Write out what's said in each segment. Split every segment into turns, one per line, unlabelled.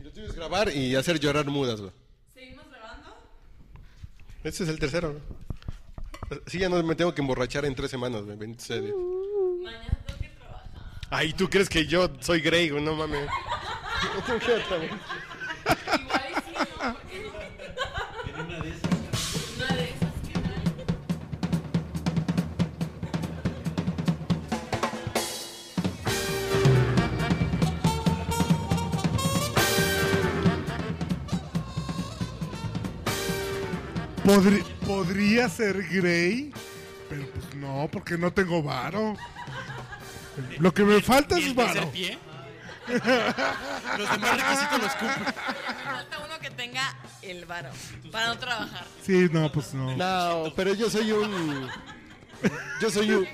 Lo tuyo es grabar y hacer llorar mudas, güey.
¿Seguimos grabando?
Este es el tercero, ¿no? Sí, ya no me tengo que emborrachar en tres semanas, güey. bendito sea Dios.
Mañana tengo que trabajar.
Ay, ¿tú crees que yo soy Grey, güey? No mames.
Igual y sí, ¿no? ¿Por qué no? Una de esas, ¿qué tal?
Podri- podría ser Grey, pero pues no, porque no tengo varo. Lo que me falta
¿Y el
es varo.
tercer pie? Los demás requisitos los cumple.
Falta uno que tenga el varo para no trabajar.
Sí, no, pues no.
No, pero yo soy un. Yo soy un.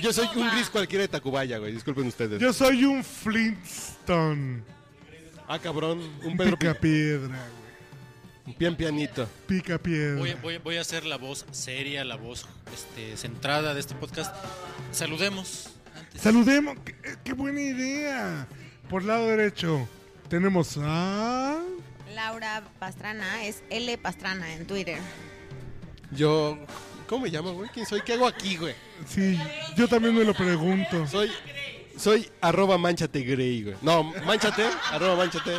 Yo soy un gris cualquiera de Tacubaya, güey. Disculpen ustedes.
Yo soy un Flintstone.
Ah, cabrón. Un
Un
Pedro
pica piedra,
Pi- bien pianito.
Pica
Voy,
piedra.
voy- voy a hacer la voz seria, la voz este, centrada de este podcast. Saludemos. Antes.
Saludemos. Qué, eh, qué buena idea. Por lado derecho tenemos a.
Laura Pastrana es L Pastrana en Twitter.
Yo. ¿Cómo me llamo, güey? ¿Quién soy? ¿Qué hago aquí, güey?
Sí, yo también me lo pregunto.
Soy. Soy arroba manchate Grey, güey. No, manchate. arroba manchate.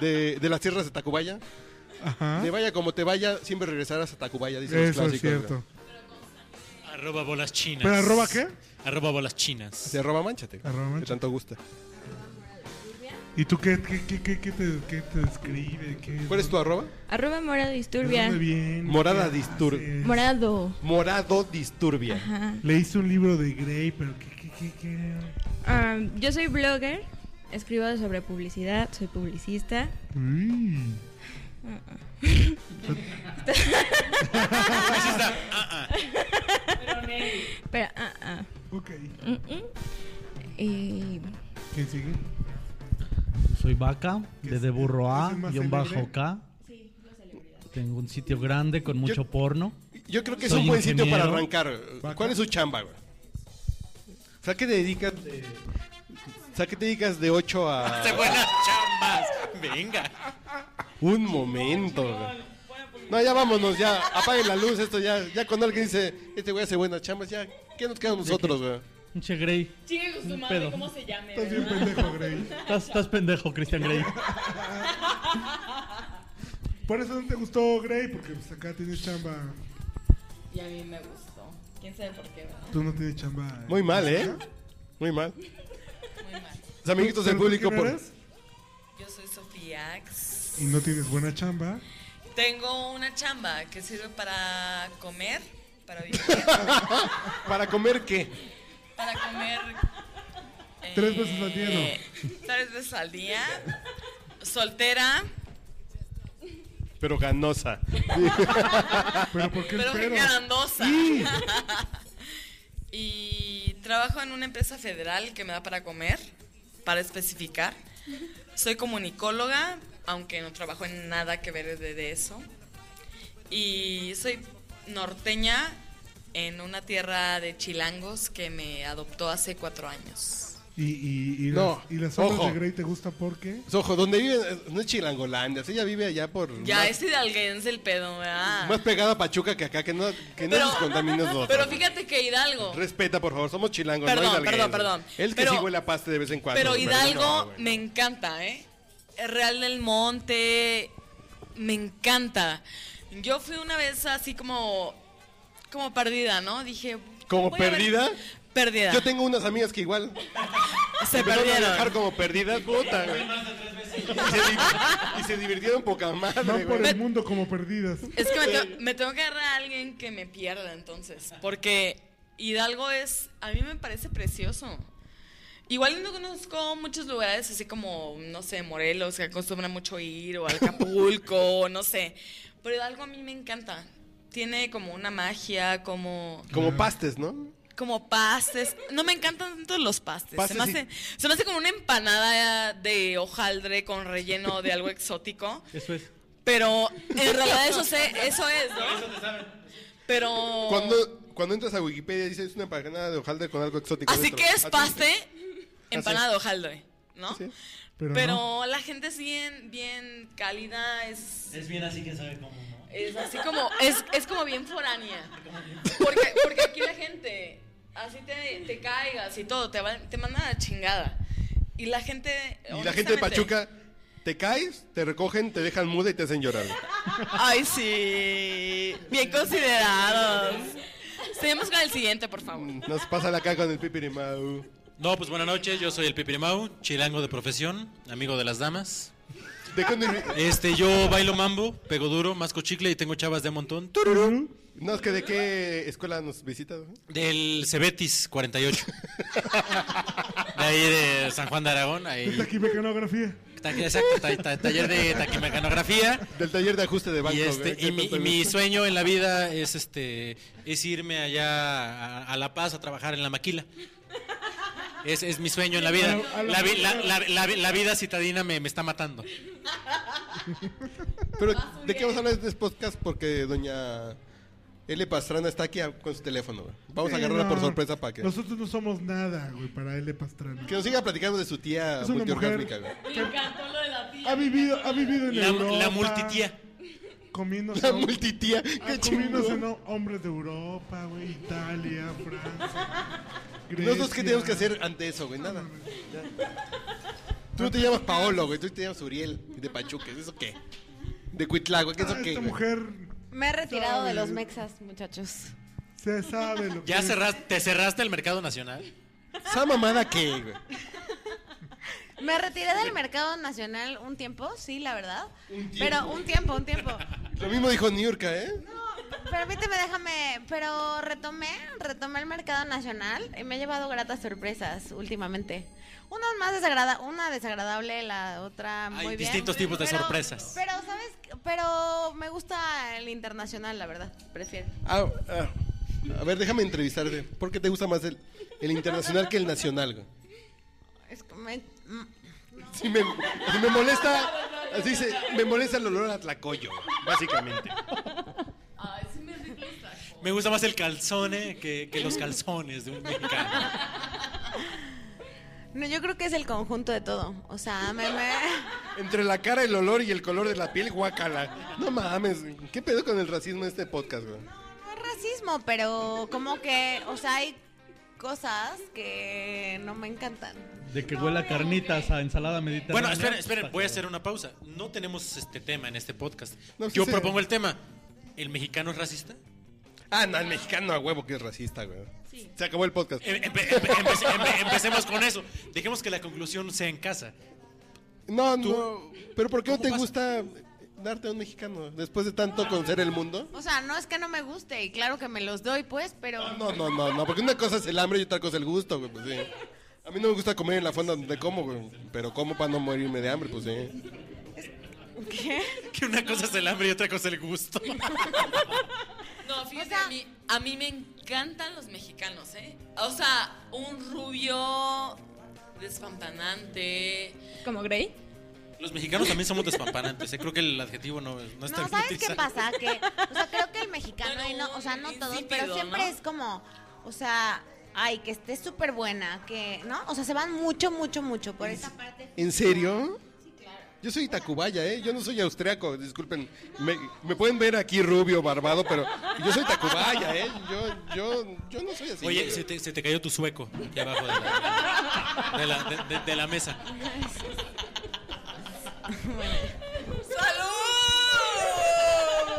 De, de las tierras de Tacubaya.
Ajá.
De vaya como te vaya, siempre regresarás a Tacubaya, dicen los
Eso
clásicos.
es cierto.
Arroba bolas chinas.
¿Pero arroba qué?
Arroba bolas chinas.
Se arroba manchate.
Arroba
Que
Manchate.
tanto gusta.
¿Y tú qué, qué, qué, qué, qué te, qué te describe? ¿Qué,
¿Cuál es tu arroba?
Arroba morado
¿De
disturbia.
dónde viene?
Morada
¿Qué
distur-
haces?
Morado.
Morado Disturbia.
Le hice un libro de Grey, pero ¿qué, qué, qué, qué?
Um, yo soy blogger. Escribo sobre publicidad. Soy publicista.
Mm.
Pero Neri,
Pero, ah, ah.
Ok.
Y
¿Quién sigue?
Soy Vaca, desde Burro
es
A,
el más
guión bajo
célebre?
K. Tengo un sitio grande con mucho porno.
Yo creo que es
Soy
un buen sitio para
ingeniero.
arrancar. ¿Cuál es su chamba, güey? O sea, ¿qué te dedicas de... O sea, ¿qué te dedicas de 8 a...?
¡Qué Este, buenas chambas! Venga.
Un momento, güey. No, ya vámonos, ya. Apaguen la luz, esto ya. Ya cuando alguien dice, este güey hace buenas chambas, ya. ¿Qué nos queda a nosotros, güey?
Un Che Grey.
Chingue con su
Un
madre,
pedo.
¿cómo se llame?
Estás bien
verdad?
pendejo, Grey.
Estás, estás pendejo, Christian Grey.
Por eso no te gustó Grey, porque pues, acá tienes chamba.
Y a mí me gustó. ¿Quién sabe por qué? verdad?
Tú no tienes chamba. eh.
Muy mal, ¿eh? Muy mal.
Muy mal.
Los amiguitos del
¿Pero tú
público,
quién
por...
eres?
Yo soy Sofía Ax.
Y no tienes buena chamba.
Tengo una chamba que sirve para comer, para vivir,
¿Para comer qué?
para comer. eh,
Tres veces al día,
Tres veces al día. Soltera,
Pero ganosa.
Pero ¿por qué
pero
espero?
grandosa. y trabajo en una empresa federal que me da para comer, para especificar. Soy comunicóloga, aunque no trabajo en nada que ver de, de eso. Y soy norteña en una tierra de chilangos que me adoptó hace cuatro años.
Y, y, y,
No,
las, y las obras
ojo.
de Grey te gusta porque.
Ojo, donde vive, eh, no es Chilangolandia, ella vive allá por...
Ya
más,
es hidalguense el pedo, ¿verdad?
más pegada a Pachuca que acá, que no, que no
Pero-
nos contamines nosotros.
Pero fíjate que Hidalgo.
Respeta, por favor, somos chilangos,
Perdón,
no hidalguenses.
perdón, perdón.
Él que
Pero-
sí huele a paste de vez en cuando.
Pero
güey, no,
Hidalgo
güey.
me encanta, ¿eh? Real del Monte, me encanta. Yo fui una vez así como, como perdida, ¿no? Dije...
¿Como
voy a ver-
perdida?
Perdida.
Yo tengo unas amigas que igual
Se
empezaron a viajar
perdieron.
como perdidas, puta, güey. Y se, div- y se divirtieron poca madre,
Van por
güey.
el mundo como perdidas.
Es que me, te- me tengo que agarrar a alguien que me pierda entonces, porque Hidalgo es, a mí me parece precioso. Igual no conozco muchos lugares así como, no sé, Morelos, que acostumbran mucho ir, o Acapulco, o no sé. Pero Hidalgo a mí me encanta. Tiene como una magia, como,
Como pastes, ¿no?
como pastes. No me encantan tanto los pastes.
Pastes
se, me
y-
hace, se me hace como una empanada de hojaldre con relleno de algo exótico.
Eso es.
Pero en realidad eso sé, eso es, ¿no? Pero
Cuando, cuando entras a Wikipedia dices una empanada de hojaldre con algo exótico.
así
dentro".
que es paste
Así.
empanado hojaldre, ¿no?
Sí.
Pero.
Pero,
no.
la la gente es bien, bien cálida, es,
Es bien así que sabe cómo, ¿no?
es así como, es, es como bien foránea. Porque, porque aquí la gente, así te, te caigas y todo, te, van- te mandan a la chingada. Y la gente...
Y la gente de
honestamente-
Pachuca, te caes, te recogen, te dejan muda y te hacen llorar.
Ay, sí. Bien considerados. Seguimos con el siguiente, por favor.
Nos pasa la caca con el pipirimau.
No, pues buenas noches, yo soy el Pipirimau, chilango de profesión, amigo de las damas.
¿De qué onda?
Este, yo bailo mambo, pego duro, masco chicle y tengo chavas de montón.
No, es que de qué escuela nos visitas.
Del Cebetis 48. De ahí de San Juan de Aragón,
Esta
ahí.
aquí mecanografía.
Ta- Exacto, ta- ta- taller de taquimecanografía.
Del taller de ajuste de banco.
Y,
güey,
este,
que
y mi,
tanto
y mi
gusta.
sueño en la vida es este es irme allá a, a La Paz a trabajar en la maquila. Es, es mi sueño en la vida.
A la-
La, vi- la- la- la- la vida citadina me, me está matando.
Pero, ¿de qué vamos a hablar en este podcast? Porque doña L. Pastrana está aquí a- con su teléfono. güey. Vamos a
Eh,
agarrarla por
no.
sorpresa para que,
Nosotros no somos nada, güey, para L. Pastrana.
que nos siga platicando de su tía
Es una
multiorgásmica.
mujer.
güey.
Me encantó lo de la tía.
Ha vivido, ha vivido en
La,
Europa.
la multitía.
Comiéndose,
La
hom-
multitía.
ah,
Qué
comiéndose
chingón.
¿no? hombres de Europa, güey, Italia, Francia. Grecia.
Nosotros, ¿qué tenemos que hacer ante eso, güey? Nada. Ya. Tú no te llamas Paolo, güey. Tú te llamas Uriel. De Pachuca. ¿Eso qué? De Cuitlago. ¿Qué
Ah,
es eso qué?
esta
güey?
mujer
Me he retirado de los
Sabe.
mexas, muchachos.
se sabe lo que
¿Ya
es.
cerras- te cerraste el mercado nacional?
¿Esa mamada qué, güey?
Me retiré del mercado nacional un tiempo, sí, la verdad. Pero un tiempo, un tiempo.
Lo mismo dijo Niurka, ¿eh?
Permíteme, déjame, pero retomé, retomé el mercado nacional y me he llevado gratas sorpresas últimamente. Una más desagrada, una desagradable, la otra muy
Hay
bien.
distintos tipos de
Pero-
sorpresas.
Pero sabes, qué? pero me gusta el internacional, la verdad. Prefiero.
Ah, ah. A ver, déjame entrevistarte. ¿Por qué te gusta más el, el internacional que el nacional, güey?
Es que me- mm.
Si me, si me molesta, así se, me molesta el olor a tlacoyo, básicamente.
Ay, sí me disgusta.
Me gusta más el calzone que, que los calzones de un mexicano.
No, yo creo que es el conjunto de todo. O sea, me, me-
Entre la cara, el olor y el color de la piel, guacala. No mames, ¿qué pedo con el racismo en este podcast, güey?
No es racismo, pero como que, o sea, hay cosas que no me encantan.
De que
Ah,
huela carnitas a ensalada mediterránea.
Bueno, esperen, esperen, voy a hacer una pausa. No tenemos este tema en este podcast.
No, sí
Yo
sé.
propongo el tema. ¿El mexicano es racista?
Ah, no, el mexicano a huevo que es racista, güey. Se acabó el podcast.
Em- empe- empe- empece- empe- empecemos con eso. Dejemos que la conclusión sea en casa.
No, no. Pero ¿por qué no
¿Cómo
te
pasa?
gusta darte a un mexicano después de tanto conocer el mundo?
O sea, no es que no me guste y claro que me los doy, pues, pero...
Ah, No, no, no, no, porque una cosa es el hambre y otra cosa es el gusto, güey, pues sí. A mí no me gusta comer en la fonda donde como, güey, pero como para no morirme de hambre, pues sí.
¿Qué?
Que una cosa es el hambre y otra cosa el gusto.
No, fíjate,
O sea-
a, mí, a mí me encantan los mexicanos, ¿eh? O sea, un rubio despantanante.
¿Como Grey?
Los mexicanos también somos despampanantes. eh. Creo que el adjetivo no, no está bien
No, ¿sabes qué
utilizado.
pasa? Que, o sea, creo que el mexicano,
Pero
y no, o sea, no todos, pero
insípido,
siempre
¿no?
es como, o sea, ay, que esté súper buena, que, ¿no? O sea, se van mucho, mucho, mucho por
Pues
esa parte.
¿En serio? Yo soy Tacubaya, ¿eh? Yo no soy austriaco, disculpen. Me, me pueden ver aquí rubio, barbado, pero yo soy Tacubaya, ¿eh? Yo, yo, yo no soy así.
Oye,
güey.
se te, se te cayó tu sueco de abajo de la, de la- de- de- de la mesa.
¡Salud!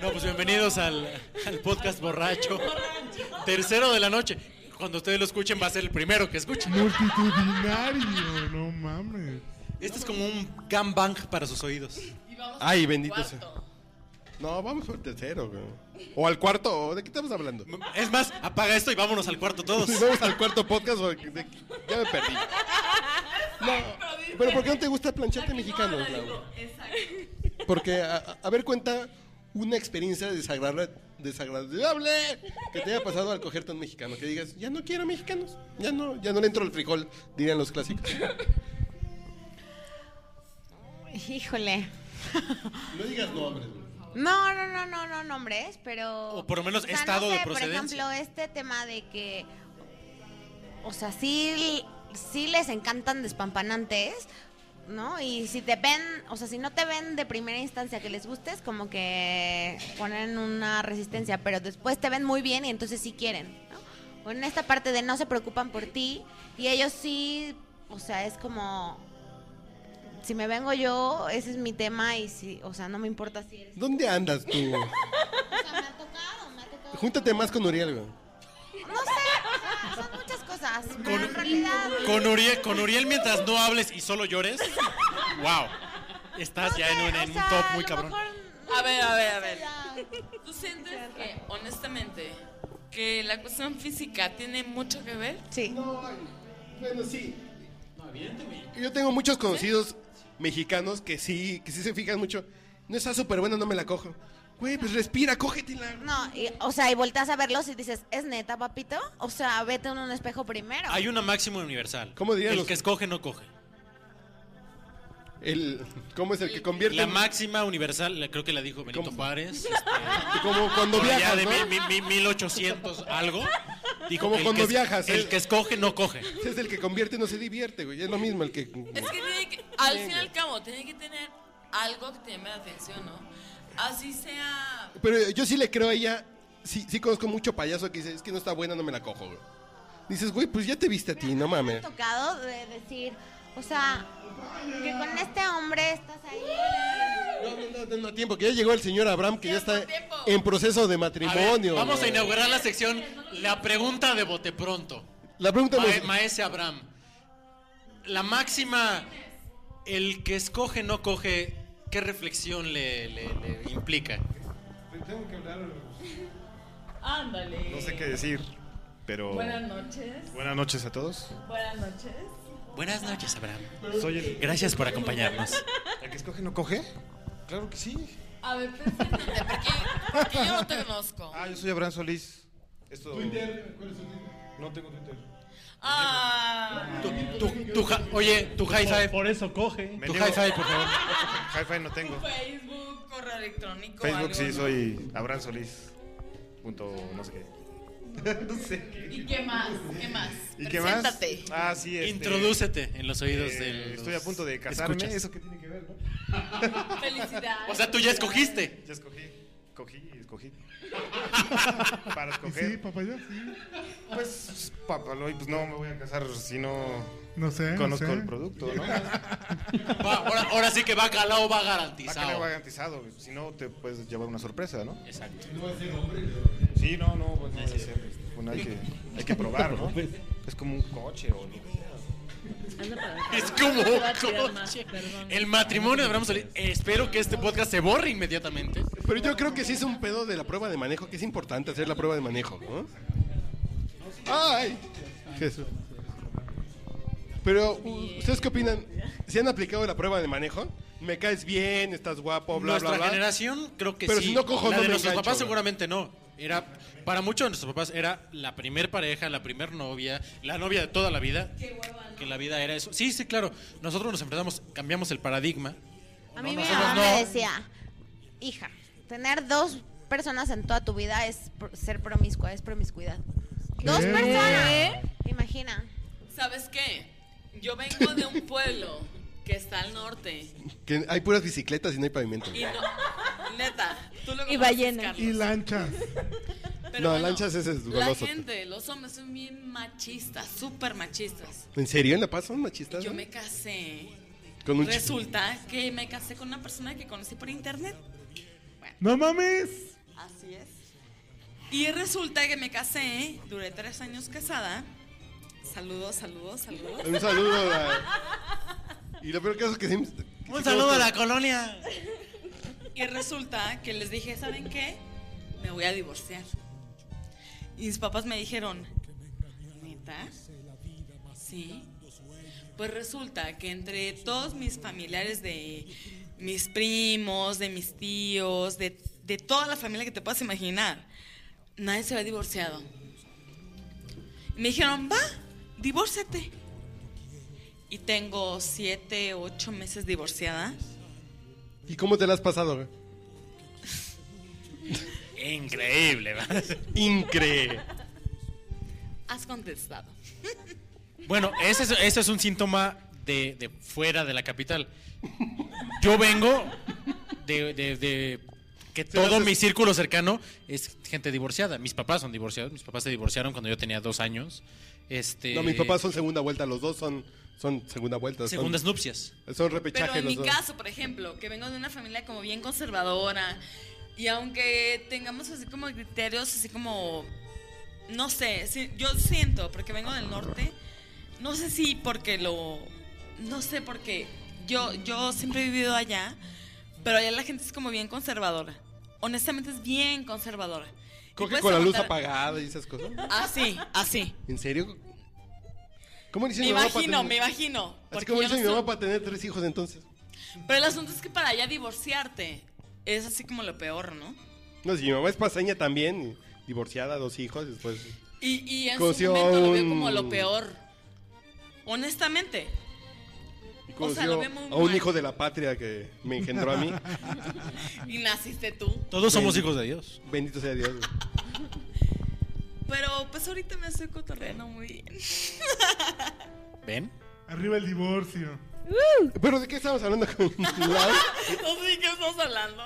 No, pues bienvenidos al, al podcast borracho. Tercero de la noche. Cuando ustedes lo escuchen va a ser el primero que escuchen.
Multitudinario, no mames.
Este es como un gangbang para sus oídos.
Y vamos
Ay,
al
bendito
cuarto.
No, vamos por el tercero, güey. O al cuarto, ¿o ¿de qué estamos hablando?
Es más, apaga esto y vámonos al cuarto todos.
Si vamos al cuarto podcast, o de- ya me perdí. No, pero ¿por qué no te gusta el planchete mexicano?
Ahora
Clau?
digo, exacto.
Porque, a, a- a ver, cuenta una experiencia desagra- desagradable que te haya pasado al cogerte a un mexicano. Que digas, ya no quiero mexicanos, ya no, ya no le entro al frijol, dirían los clásicos.
Híjole.
No digas nombres. güey.
No, no, no, no, no nombres, pero...
O por lo menos
o sea, no
estado de
sé, Por
procedencia.
ejemplo, este tema de que, o sea, sí, sí les encantan despampanantes, ¿no? Y si te ven, o sea, si no te ven de primera instancia que les gustes, como que ponen una resistencia, pero después te ven muy bien y entonces sí quieren, ¿no? O en esta parte de no se preocupan por ti y ellos sí, o sea, es como si me vengo yo, ese es mi tema y si, o sea, no me importa si eres.
¿Dónde andas tú?
O sea, me ha tocado, me ha tocado.
Júntate más con Uriel, güey.
No sé, o sea, son muchas cosas, pero en realidad
Con Uriel, con Uriel mientras no hables y solo llores. Wow. Estás
no
ya
sé,
en un,
o
en un
sea,
top
a
muy
lo
cabrón.
mejor no
A ver, a ver, a ver.
sería-
¿Tú sientes que, honestamente, que la cuestión física tiene mucho que ver?
Sí.
Bueno, sí. Yo tengo muchos conocidos mexicanos que sí, que sí se fijan mucho. No está súper buena, no me la cojo. Güey, pues respira, cógetela.
No, y- o sea, y volteas a verlos y dices, ¿es neta, papito? O sea, vete en un espejo primero.
Hay una máxima universal.
¿Cómo dirían
El
los-
que escoge no coge.
El, ¿Cómo es el que convierte?
La
en-
máxima universal, la- creo que la dijo Benito
¿Cómo?
Juárez.
Como cuando
por allá
viajas,
de
¿no?
mil- mil- mil- 1800 algo. Dijo,
Como
el
cuando
que es-
viajas,
El
el-
que escoge no coge.
Ese Es el que convierte no se divierte, güey. Es lo mismo el que...
Es que, tiene que al fin y al cabo, tiene que tener algo que te llame la atención, ¿no? Así sea...
Pero yo sí le creo a ella. Sí, sí conozco mucho payaso que dice, es que no está buena, no me la cojo, güey. Dices, güey, pues ya te viste a ti, no
Me ha
mames.
tocado de decir, o sea, que con este hombre estás ahí.
No, no, no, no, tiempo, que ya llegó el señor Abraham, que ya
Tiempo,
está
tiempo.
en proceso de
A
matrimonio.
ver, vamos a
güey.
inaugurar la sección La pregunta de bote pronto.
La pregunta
Mae-
es...
Maese Abraham. La máxima, el que escoge no coge, ¿qué reflexión le, le- le implica?
Ándale.
No sé qué decir, pero...
Buenas noches.
Buenas noches a todos.
Buenas noches.
Buenas noches, Abraham.
Soy el...
Gracias por acompañarnos.
¿El que escoge no coge? Claro que sí.
A ver, preséntate, porque, porque yo no te conozco.
Ah, yo soy Abraham Solís. Esto... ¿Twitter? ¿Cuál es tu Twitter? No tengo Twitter.
Ah,
Tu- tu- tu ja- oye, tu high
Por,
five.
eso coge.
Me
Tu
niego-
high five, por favor.
Hi-Fi no tengo.
Facebook, correo electrónico.
Facebook
algo,
sí,
¿no?
soy Abraham Solís. Punto no sé qué. no sé qué.
¿Y qué más? ¿Qué más?
¿Y qué más?
Preséntate.
Ah, sí, este,
Introdúcete en los
eh,
oídos del.
estoy a punto de casarme.
escuchas.
¿Eso qué tiene que ver, no?
Felicidades.
O sea, tú ya escogiste.
Ya escogí. Cogí y escogí. Para
Y sí,
escoger.
papaya, sí.
Pues, papalo, y pues no me voy a casar si no
No sé.
conozco
no sé.
el producto, ¿no?
Va, ahora, ahora sí que va calado,
Va
va
que no
garantizado.
va garantizado. Si no, te puedes llevar una sorpresa, ¿no?
Exacto.
Sí, no, no, pues no debe ser. Bueno, hay que, hay que probar, ¿no? Es como un coche o ni idea.
Es como coche. El matrimonio de Abraham Solís. Espero que este podcast se borre inmediatamente.
Pero yo creo que sí es un pedo de la prueba de manejo, que es importante hacer la prueba de manejo, ¿no? ¡Ay! Jesús. Pero, u- ¿ustedes qué opinan? ¿Se han aplicado la prueba de manejo? Me caes bien, estás guapo, bla,
Nuestra
bla, bla.
generación creo que
Pero
sí.
si no cojo,
la
no
de
me
nuestros
engancho,
papás
güey.
seguramente no. Era para muchos de nuestros papás era la primer pareja, la primer novia, la novia de toda la vida. Que la vida era eso. Sí, sí, claro. Nosotros nos enfrentamos, cambiamos el paradigma.
A mí
No,
mi
nosotros
mamá
no.
me decía, hija, tener dos personas en toda tu vida es pr- ser promiscua, es promiscuidad. Dos
¿Qué?
personas. Imagina.
¿Sabes qué? Yo vengo de un pueblo que está al norte.
Que hay puras bicicletas y no hay pavimento.
Y no. Neta, tú lo
Y
conoces,
ballenas.
Carlos.
Y lanchas.
Pero
No,
bueno,
lanchas ese es
La
goloso.
gente, los hombres son bien machistas, súper machistas.
¿En serio? ¿En La Paz son
Y
machistas?
yo
no?
me casé.
Con un chico.
Resulta que me casé con una persona que conocí por internet.
No mames.
Así es. Y resulta que me casé, duré tres años casada. Saludos, saludos, saludos.
Un saludo. a- Y lo peor caso es que sí. que
Un
sí
saludo a
conozco-
la colonia.
Y resulta que les dije, ¿saben qué? Me voy a divorciar. Y mis papás me dijeron, ¿neta? Sí. Pues resulta que entre todos mis familiares de mis primos, de mis tíos, de, de toda la familia que te puedas imaginar, nadie se había divorciado. Y me dijeron, va, divórciate. Y tengo siete, ocho meses divorciada.
¿Y cómo te la has pasado? güey?
Increíble, ¿verdad?
Increíble.
Has contestado.
Bueno, ese es, ese es un síntoma de, de fuera de la capital. Yo vengo de, de- de que todo
haces-
mi círculo cercano es gente divorciada. Mis papás son divorciados. Mis papás se divorciaron cuando yo tenía dos años. Este,
Eh,
No, mis papás son segunda vuelta, los dos son, son segunda vuelta. son-
Segundas nupcias.
Son,
Pero
repechajes
en mi
los dos.
caso, por ejemplo, que vengo de una familia como bien conservadora y aunque tengamos así como criterios, así como, no sé, sí, yo siento, porque vengo del norte, no sé si porque lo, no sé porque yo, yo siempre he vivido allá, pero allá la gente es como bien conservadora. Honestamente es bien conservadora. Y
Coge
puedes
con la luz
aguantar-
apagada y esas cosas.
Así, así.
¿En serio? ¿Cómo le hizo
Me
mi mamá para
imagino,
tener-
me imagino.
Así
porque
como
yo
hizo
no
mi mamá
soy-
para tener tres hijos entonces.
Pero el asunto es que para allá divorciarte es así como lo peor, ¿no?
No, si mi mamá es paseña también, divorciada, dos hijos, pues, después...
Y, y en
Conoció
su momento lo
a
veo
un-
como lo peor. Honestamente.
Y
O sea, lo
conoció
ve muy
a un
mal.
hijo de la patria que me engendró a mí.
Y naciste tú.
Todos somos
Ven.
hijos de Dios.
Bendito sea Dios.
Pero pues ahorita me estoy cotorreando muy bien.
¿Ven?
Arriba el divorcio.
¿Pero de qué estamos hablando con Lau?
No sé de qué estamos hablando.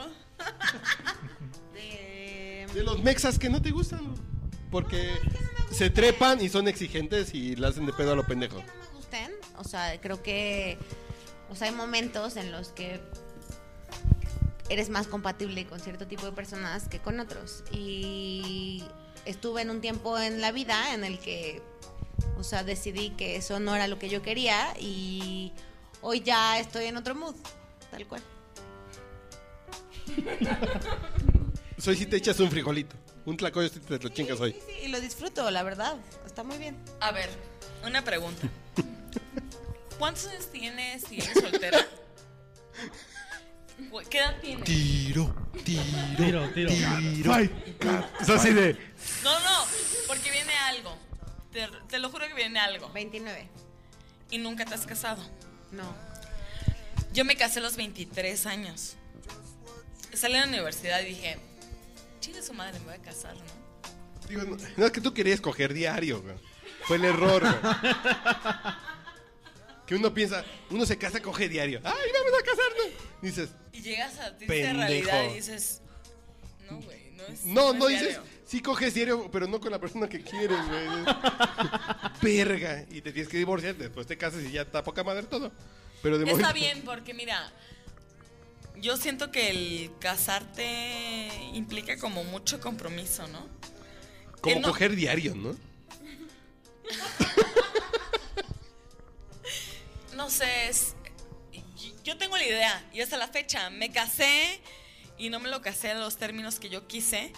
De-
De los mexas que no te gustan. Porque se trepan y son exigentes y la hacen de pedo a lo pendejo.
no me gusten. O sea, creo que. O sea, hay momentos en los que eres más compatible con cierto tipo de personas que con otros. Y estuve en un tiempo en la vida en el que. O sea, decidí que eso no era lo que yo quería y hoy ya estoy en otro mood, tal cual.
Soy si te echas un frijolito. Un tlacoyo si te lo chingas hoy.
Sí, sí, y lo disfruto, la verdad. Está muy bien.
A ver, una pregunta. ¿Cuántos años tienes si eres soltera? Güey, ¿Qué edad tienes?
Tiro,
Tiro, tiro.
Fight. Es así de.
No, no, porque viene algo. Te, te lo juro que viene algo.
29.
Y nunca te has casado.
No.
Yo me casé a los 23 años. Salí de la universidad y dije, chingue su madre, me voy a casar, ¿no?
Digo, no, no, es que tú querías coger diario, güey. Fue el error, güey. Que uno piensa, uno se casa, coge diario. ¡Ay, vamos a casarnos! Dices,
Y llegas a ti
Pendejo.
realidad y dices, no, güey, no es.
no,
es
no dices,
diario".
sí coges diario, pero no con la persona que quieres, güey. Verga. Y te tienes que divorciar, después te casas y ya está poca madre todo. Pero de
Está
momento-
bien, porque mira, yo siento que el casarte implica como mucho compromiso, ¿no?
Como
Eh, no.
coger diario, ¿no?
No sé, es- y- yo tengo la idea y hasta la fecha me casé y no me lo casé en los términos que yo quise.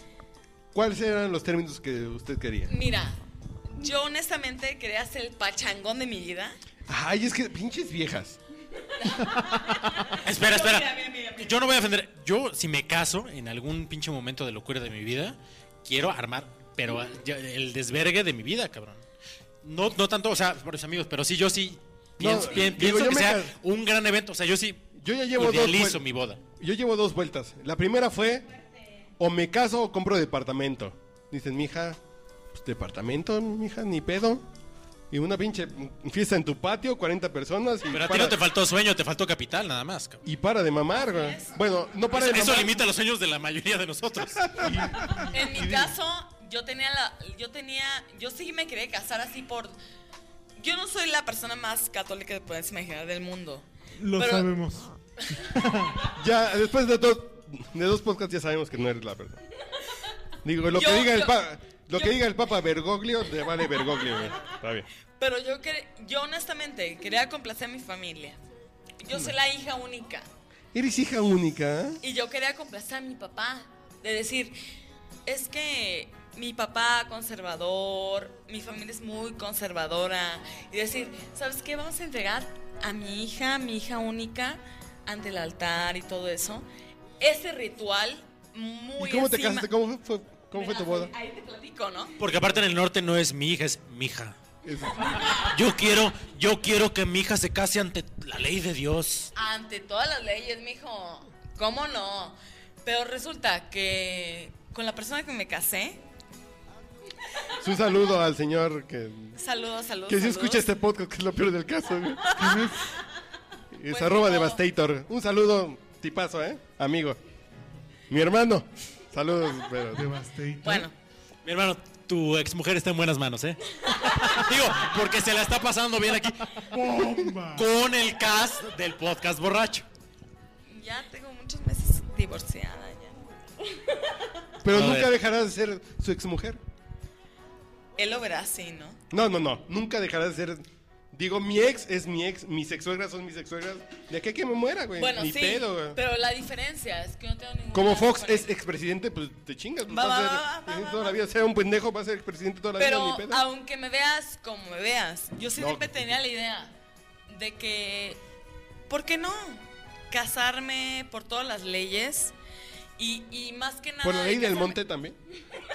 ¿Cuáles eran los términos que usted quería?
Mira, yo honestamente quería hacer el pachangón de mi vida.
Ay, es que pinches viejas.
Espera,
Mira,
espera.
mira, mira, mira.
Yo no voy a ofender. Yo, si me caso en algún pinche momento de locura de mi vida, quiero armar, pero eh, ya, el desvergue de mi vida, cabrón. No, no tanto, o sea, por mis amigos, pero sí, yo sí pienso,
No,
pien-
digo,
pienso
yo
que
me
sea
ca-
un gran evento. O sea, yo sí
Yo ya llevo dos
idealizo
vuel-
mi boda.
Yo llevo dos vueltas. La primera fue, o me caso o compro departamento. Dicen, mija, pues departamento, mija, ni pedo. Y una pinche fiesta en tu patio, 40 personas. Y,
Pero a ti
para,
no te faltó sueño, te faltó capital, nada más, cabrón.
y para de mamar, güey. Bueno, no para
Eso,
de
eso
mamar.
limita los sueños de la mayoría de nosotros.
En mi caso, yo tenía la, yo tenía, yo sí me quería casar así por, yo no soy la persona más católica que puedes imaginar del mundo.
Lo
Pero-
sabemos.
Ya, después de dos, de dos podcasts ya sabemos que no eres la verdad. Digo, lo,
Yo-
que, diga el
yo-
pa- lo que
yo-
diga el Papa Bergoglio, te vale Bergoglio, güey. Está bien.
Pero yo cre- yo honestamente quería complacer a mi familia. Yo soy la hija única
Eres hija única, ¿eh?
y yo quería complacer a mi papá, de decir, es que mi papá conservador, mi familia es muy conservadora y decir, ¿sabes qué? Vamos a entregar a mi hija, mi hija única ante el altar y todo eso. Ese ritual muy
¿Y cómo te
encima-
casaste? ¿Cómo fue, cómo fue tu boda?
Ahí te platico, ¿no?
Porque aparte en el norte no es mi hija, es mi hija.
Es-
Yo quiero, yo quiero que mi hija se case ante la ley de Dios.
Ante todas las leyes, mijo. ¿Cómo no? Pero resulta que con la persona que me casé,
Es un saludo al señor que,
Saludos, saludos.
que si
saludos.
escucha este podcast, que es lo peor del caso. güey. Es
Pues
arroba
no.
Devastator. Un saludo, tipazo, ¿eh? Amigo. Mi hermano. Saludos, pero...
Devastator.
Bueno,
Mi hermano, tu exmujer está en buenas manos, ¿eh? Digo, porque se la está pasando bien aquí
¡Bomba!
con el cast del podcast borracho.
ya tengo muchos meses divorciada ya.
Pero
A
nunca
ver.
dejará de ser su exmujer.
Él lo verá así, ¿no?
No, no, no. Nunca dejará de ser. Digo, mi ex es mi ex, mis ex-suegras son mis ex-suegras. De aquí a que me muera, güey.
Bueno,
Ni
sí.
pedo, güey.
Pero la diferencia es que no tengo ningún.
Como Fox es expresidente, pues te chingas. pues,
Va,
vas a
va,
ser
va, va,
expresidente
va,
toda
va.
la vida. Sea un pendejo, va a ser expresidente toda la vida,
Pero
ni pedo.
aunque me veas como me veas, yo
No.
siempre tenía la idea de que, ¿por qué no? Casarme por todas las leyes y, y más que nada...
Por la
de
ley del
casarme
monte también.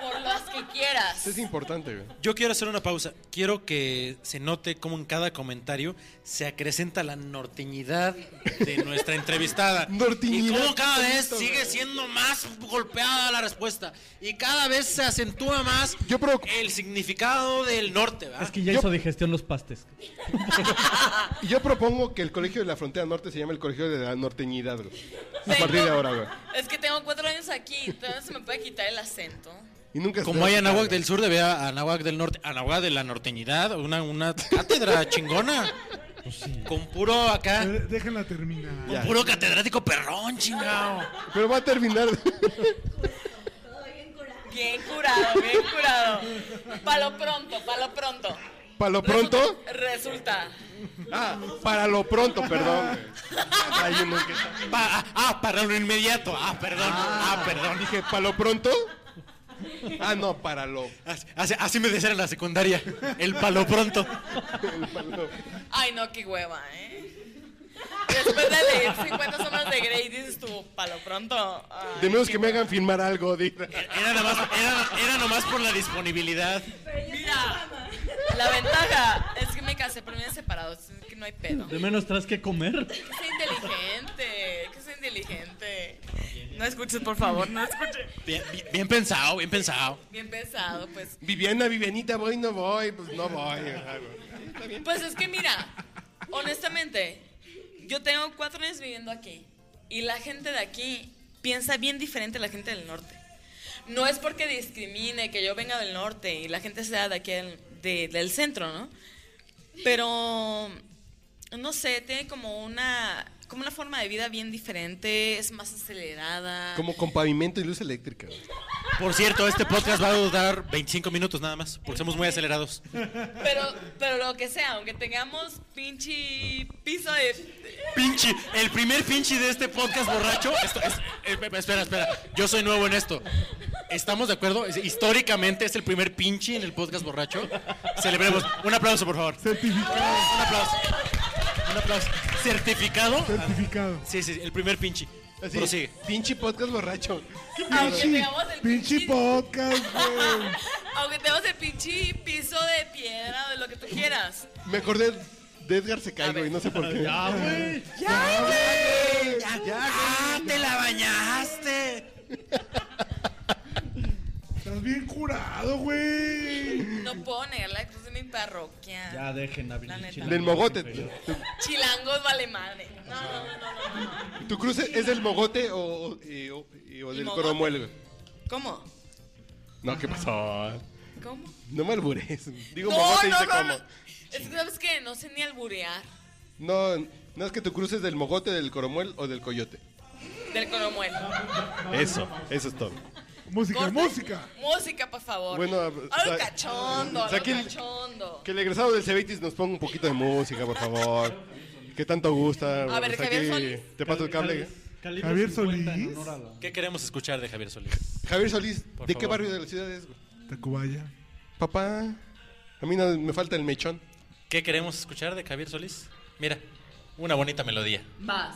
Por las que quieras.
Eso es importante, güey.
Yo quiero hacer una pausa. Quiero que se note cómo en cada comentario se acrecenta la norteñidad de nuestra entrevistada.
Norteñidad.
Y cómo cada vez
Tanto,
sigue
güey.
siendo más golpeada la respuesta. Y cada vez se acentúa más
Yo pro-
el significado del norte, ¿verdad?
Es que ya
Yo-
hizo digestión los pastes.
Y yo propongo que el colegio de la frontera norte se llame el colegio de la norteñidad, güey. A
Tengo-
partir de ahora, güey.
Es que tengo cuatro años aquí, todavía no se me puede quitar el acento.
Y nunca se
Como
va a
hay
quitar,
Anahuac
güey.
del Sur, debe a Anahuac del Norte. Anahuac de la norteñidad, una, una cátedra chingona. Con puro acá,
Eh, Déjenla terminar.
Ya.
puro catedrático perrón, chingado.
Pero va a terminar.
Bien curado, bien curado. Palo pronto, palo pronto.
Para lo pronto.
Resulta.
Ah, para lo pronto, perdón. güey. Ay, yo nunca-
Pa- ah, ah, para lo inmediato. Ah, perdón. Ah,
Perdón,
perdón.
dije, ¿para lo pronto? Ah, no, para lo.
Así, así- así me decían en la secundaria. El palo pronto.
Ay, no, qué hueva, ¿eh? Después de leer 50 sombras de Grey, dices tú, palo pronto. Ay,
De menos
qué
que me
hueva.
hagan firmar algo. diga.
Era nomás, era, era nomás por la disponibilidad.
Mira, la ventaja es que me casé por medio separado, es que no hay pedo.
De menos tras que comer.
Que soy inteligente, que soy inteligente. No escuches, por favor, no escuches.
Bien, bien- bien pensado, bien pensado.
Bien pesado, pues.
Viviana, Vivianita, voy, no voy, pues no voy. Ah, güey.
Pues es que mira, honestamente, yo tengo cuatro años viviendo aquí y la gente de aquí piensa bien diferente a la gente del norte. No es porque discrimine que yo venga del norte y la gente sea de aquí del, de- del centro, ¿no? Pero, no sé, tiene como una, como una forma de vida bien diferente, es más acelerada.
Como con pavimento y luz eléctrica. güey.
Por cierto, este podcast va a durar 25 minutos nada más, porque somos muy acelerados.
Pero, pero lo que sea, aunque tengamos pinche piso de...
Pinche, el primer pinche de este podcast borracho. Esto es- eh, espera, espera. Yo soy nuevo en esto. ¿Estamos de acuerdo? Es- históricamente es el primer pinche en el podcast borracho. Celebremos. Un aplauso, por favor.
Certificado,
Un aplauso. Un aplauso. ¿Certificado?
certificado.
Sí, sí, el primer pinche.
Así,
Prosigue.
pinche podcast borracho.
Aunque
Pinche-
tengamos el
Pinche
pinche-
podcast, güey.
Aunque tengas el pinche piso de piedra o de lo que tú quieras.
Me acordé de Edgar se
A
cae,
ver.
güey, no sé por qué.
Ya, güey.
¡Ah, te la bañaste!
Estás bien curado, güey.
No puedo negar la cruz de mi parroquia.
Ya dejen a
La neta.
Del mogote. ¿Tu,
Chilangos vale madre. No, no, no, no, no, no.
tu cruz es del mogote o, o- y- o- y- o del
mogote?
coromuel, güey?
¿Cómo?
No, ¿qué pasó?
¿Cómo?
No me albures. Digo
no,
mogote y
no,
dice
no,
cómo.
no. Es que sabes que no sé ni alburear
No, no es que tu cruz es del mogote, del coromuel o del coyote.
del coromuel.
Eso, eso es todo.
Música,
Corta.
música.
Música, por favor.
Bueno,
algo
sa-
cachondo, algo
saquen-
cachondo.
Que el egresado del Cebetis nos ponga un poquito de música, por favor. Que tanto gusta.
A ver,
Está
Javier
aquí,
Solís.
Te paso el cable.
Calibre
Javier
50 en
Solís.
honor a la-
¿Qué queremos escuchar de Javier Solís?
Javier Solís,
Por
¿de qué
favor.
barrio de la ciudad es? güey?
Tacubaya.
Papá, a mí no, me falta el mechón.
¿Qué queremos escuchar de Javier Solís? Mira, una bonita melodía.
Vas.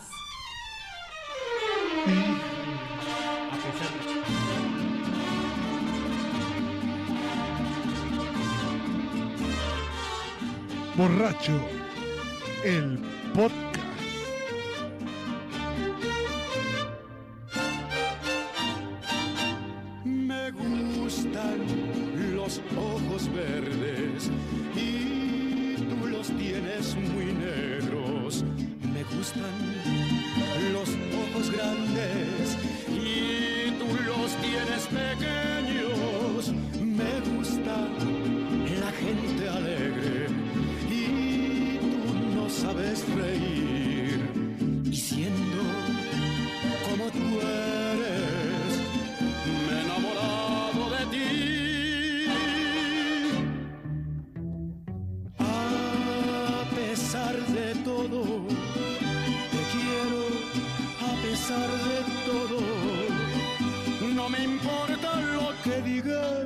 Borracho. El podcast.
Me gustan los gustan los ojos grandes y tú los tienes pequeños. Me gusta la gente alegre y tú no sabes reír. Y siendo como tú eres, me he enamorado de ti. A pesar de todo, te quiero. A pesar de todo, no me importa lo que digas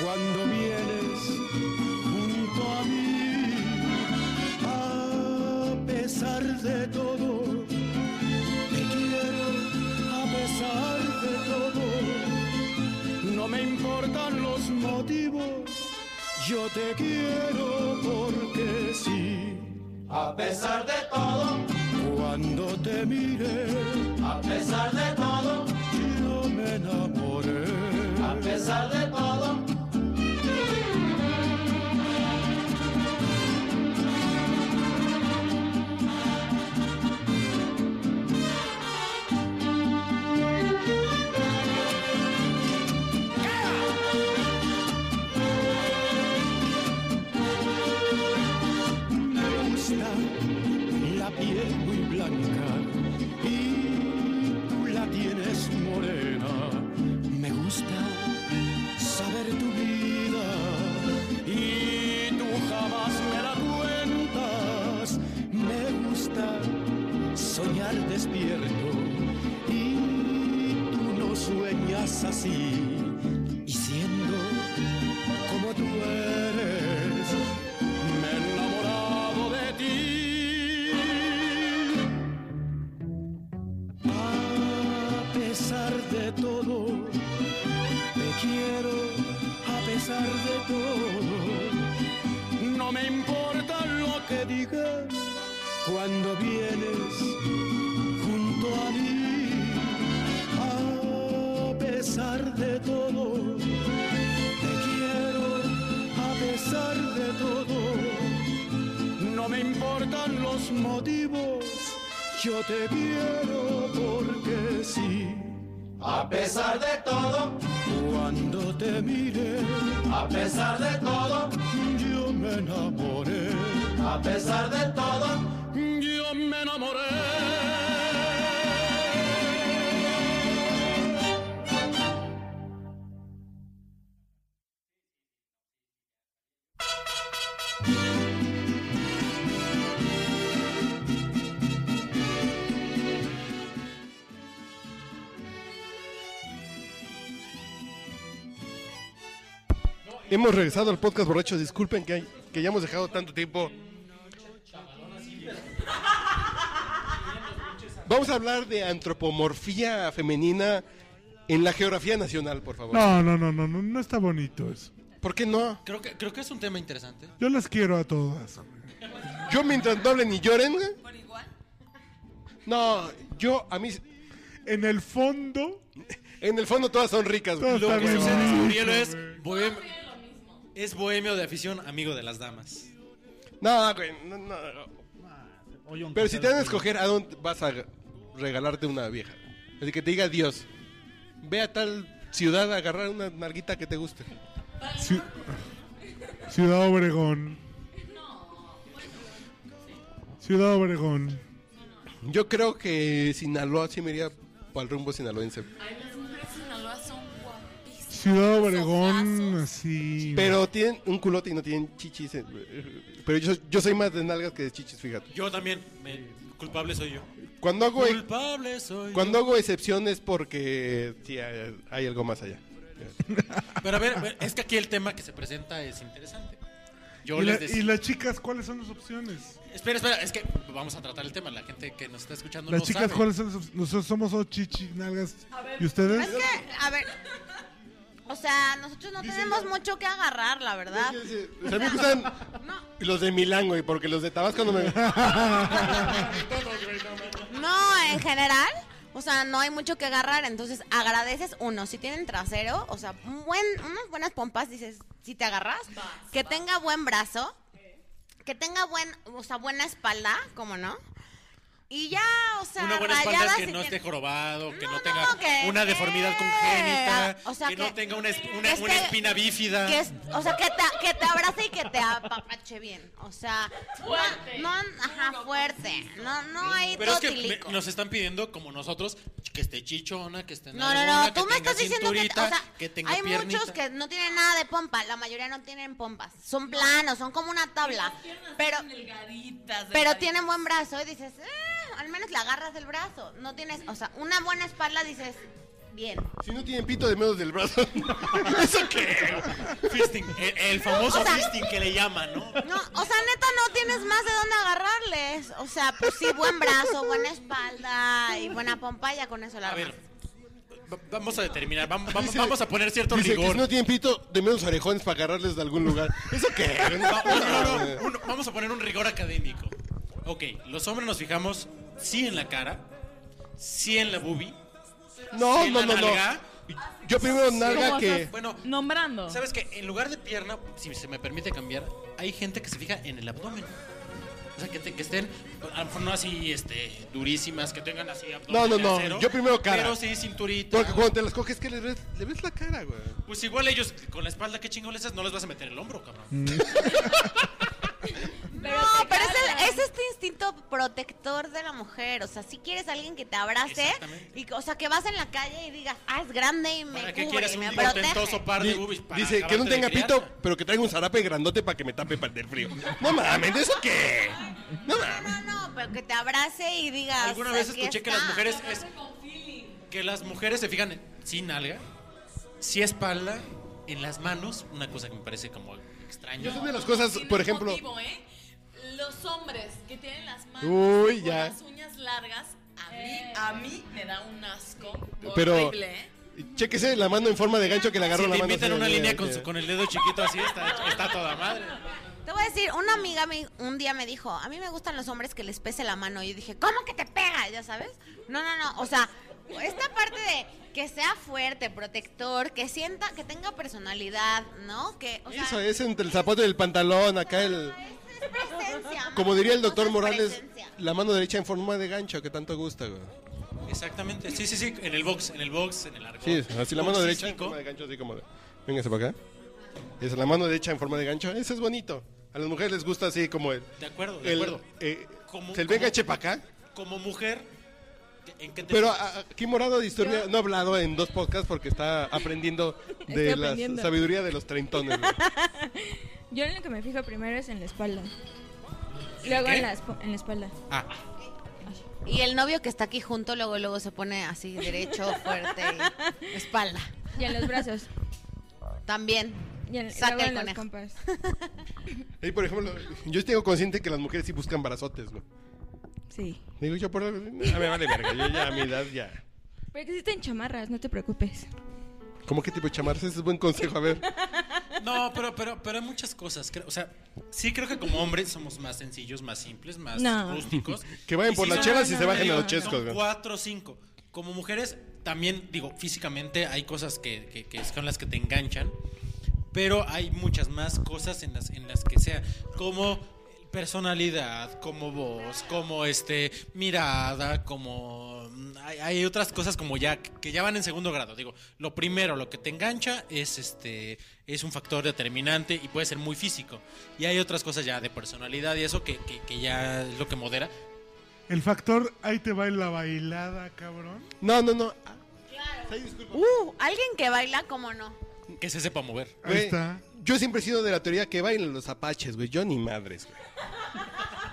cuando vienes junto a mí. A pesar de todo, te quiero. A pesar de todo, no me importan los motivos. Yo te quiero porque sí. A pesar de todo, cuando te mire, a pesar de todo, yo me enamoré. A pesar de todo. Me gusta la piel muy blanca y tú la tienes morena. Me gusta saber tu vida y tú jamás me la cuentas. Me gusta soñar despierto y tú no sueñas así. Y siendo como tú eres, me he enamorado de ti. A pesar de todo, te quiero. A pesar de todo, no me importa lo que digas cuando vienes junto a mí. A pesar de todo, te quiero a pesar de todo. No me importan los motivos, yo te quiero porque sí. A pesar de todo, cuando te mire, a pesar de todo, yo me enamoré. A pesar de todo, yo me enamoré.
Hemos regresado al podcast borrachos. Disculpen que, hay- que hayamos dejado tanto tiempo. Vamos a hablar de antropomorfía femenina en la geografía nacional, por favor.
No, no, no, no, no, no está bonito eso.
¿Por qué no?
Creo que, creo que es un tema interesante.
Yo las quiero a todas.
Yo mientras no hablen ni lloren. güey. No, yo a mí
En el fondo,
en el fondo todas son ricas. güey.
todas
Lo que
están
sucede es que
igual.
Uriel es bohemio. Es bohemio de afición, amigo de las damas.
No, güey, no, no. Pero si te van a escoger a dónde vas a regalarte una vieja. Así que te diga Dios. Ve a tal ciudad a agarrar una narguita que te guste.
Ci- Ciudad Obregón. Ciudad Obregón.
Yo creo que Sinaloa sí me iría para el rumbo sinaloense.
Ay, las mujeres de Sinaloa son guapísimas.
Ciudad Obregón,
Ojazos.
así.
Pero tienen un culote y no tienen chichis. eh, Pero yo, yo soy más de nalgas que de chichis, fíjate.
Yo también. me- culpable soy yo.
Cuando hago,
Culpable soy
cuando hago excepciones porque sí, hay, hay algo más allá.
yo. Pero a ver, a ver, es que aquí el tema que se presenta es interesante. Yo
¿Y, la-
les decía.
y las chicas cuáles son las opciones?
Espera, espera, es que vamos a tratar el tema. La gente que nos está escuchando
las
no
chicas
sabe.
cuáles son las opciones? Nosotros somos dos chichi nalgas. ¿Y ustedes?
Es que, a ver. O sea, nosotros no tenemos mucho que agarrar, la verdad.
O sea, a mí me gustan los de Milán, güey, porque los de Tabasco no me...
No, en general. O sea, no hay mucho que agarrar, entonces agradeces uno. Si tienen trasero, o sea, un buen, unas buenas pompas, dices, si te agarras, que tenga buen brazo, que tenga buen, o sea, buena espalda, ¿cómo no? Y ya, o sea,
Una buena espalda es
rayadas
que
y
no esté jorobado, que no,
No,
tenga
no, que-
una deformidad congénita,
O sea,
que,
que-
no tenga una, es- una-
que
una
esté-
espina bífida.
que es- o sea, que te, que te abrace y que te apapache bien. O sea, no-
Fuerte.
No, ajá, fuerte. No, no hay
Pero es que
totilico.
me- nos están pidiendo, como nosotros, que esté chichona, que esté
No, no,
nalgona,
no, tú
que
me
tenga
estás diciendo que, o
cinturita,
sea,
que tenga
hay
piernita.
muchos que no tienen nada de pompa, la mayoría no tienen pompas, son planos, son como una tabla, pero,
delgaditas,
pero
delgaditas.
tienen buen brazo y dices, "Ah, al menos le agarras el brazo, no tienes, o sea, una buena espalda dices, bien.
Si no tienen pito de menos del brazo. ¿Eso qué?
Fisting, el, el famoso
o sea-
fisting que le llaman, ¿no?
No, o sea, neta, no tienes más de dónde agarrarles, o sea, pues sí, buen brazo, buena espalda y buena pompa, ya con eso la
A
armas.
ver, va- vamos a determinar, vam- vam- vamos,
Dice-
a poner cierto
Dice que si
rigor.
no tienen pito de menos orejones para agarrarles de algún lugar. ¿Eso qué?
Va-
Ah,
no, no, no, un- vamos a poner un rigor académico. Ok, los hombres nos fijamos sí en la cara, sí en la boobie,
No,
sí en
no,
la
no, no.
nalga.
Yo primero
¿Cómo
nalga que.
estás?
Bueno,
Nombrando.
¿sabes qué? En lugar de pierna, si se me permite cambiar, hay gente que se fija en el abdomen. O sea, que, te- que estén, a lo mejor no así, este, durísimas, que tengan así abdomen.
No, no, no,
acero,
yo primero cara.
Pero sí, cinturita.
Porque cuando te las coges, ¿qué le ves, le ves la cara, güey?
Pues igual ellos con la espalda, ¿qué chingón les haces? No les vas a meter el hombro, cabrón.
No, pero es, el- es este instinto protector de la mujer. O sea, si quieres a alguien que te abrace,
Exactamente.
y, que- o sea, que vas en la calle y digas, ah, es grande y me
¿Para qué
cubre,
quieres un
me protege.
portentoso par de boobies?
Di-
para
Dice que no
acabarte de
tenga
criar?
pito, pero que traiga un zarape grandote para que me tape para el frío. No mames, ¿eso qué? No mames.
No, no, pero que te abrace y digas.
Alguna vez
"Aquí
escuché que
está".
las mujeres es- que las mujeres se fijan en sí nalga, sí espalda, en las manos, una cosa que me parece como extraño.
Yo soy de las cosas,
Tiene
por
un
ejemplo.
motivo, ¿eh? Los hombres que tienen las manos
Uy,
con
ya.
las uñas largas, a mí, a mí me da un asco
Pero.
horrible, ¿eh?
Chéquese la mano en forma de gancho que le agarró
Si
la
te
mano.
invitan
así,
una
mira,
línea
mira,
con,
mira.
su- con el dedo chiquito así, está, está toda madre.
Te voy a decir, una amiga me- un día me dijo, a mí me gustan los hombres que les pese la mano. Y yo dije, ¿cómo que te pega? Ya sabes. No, no, no. O sea, esta parte de que sea fuerte, protector, que sienta, que tenga personalidad, ¿no? Que, o sea,
Eso es entre el zapato y el pantalón, acá el.
Es presencia.
Como
mano,
diría el
no
doctor
es
Morales,
presencia.
la mano derecha en forma de gancho que tanto gusta, güey.
Exactamente. Sí, sí, sí. En el box, en el box, en el arco.
Sí, así la mano derecha en forma de gancho, así como de. Véngase para acá. Esa, la mano derecha en forma de gancho. Eso es bonito. A las mujeres les gusta así como el.
De acuerdo, de
El,
acuerdo.
eh,
Como-
el venga
como-
eche para acá.
Como mujer, ¿en qué te
Pero a- a- aquí Morado Disturbia no ha hablado en dos podcasts porque está aprendiendo de la
aprendiendo.
sabiduría de los treintones. güey.
Yo en lo que me fijo primero es en la espalda. Luego
qué?
en la, esp- en la espalda.
Ah.
Y el novio que está aquí junto luego luego se pone así derecho, fuerte, y espalda.
Y en los brazos.
También.
Y en,
Saca
luego
el
en las
conejo.
compas.
Y por ejemplo, yo tengo consciente que las mujeres sí buscan barazotes, güey.
Sí.
Digo yo por. Ah, me vale verga. Yo ya a mi edad ya.
Pero existen chamarras, no te preocupes.
¿Cómo qué tipo de chamarse? Ese es buen consejo. A ver.
No, pero, pero, pero hay muchas cosas. creo- o sea, sí creo que como hombres somos más sencillos, más simples, más
No.
rústicos.
Que vayan
Y
por
sí
las
son-
chelas y
no,
se bajen
no,
a los
no.
chescos,
Son
güey.
cuatro o cinco. Como mujeres, también, digo, físicamente hay cosas que, que- que son las que te enganchan, pero hay muchas más cosas en las, en las que sea, como personalidad, como voz, como este mirada, como mm, hay, hay otras cosas como ya que ya van en segundo grado. Digo, lo primero, lo que te engancha es este es un factor determinante y puede ser muy físico. Y hay otras cosas ya de personalidad y eso que, que- que ya es lo que modera.
El factor, ahí te va en la bailada, cabrón.
No, no, no. Ah,
Uh, alguien que baila, ¿cómo no?
Que se sepa mover.
Ahí
güey,
está.
Yo siempre he sido de la teoría que bailen los apaches, güey. Yo ni madres, güey.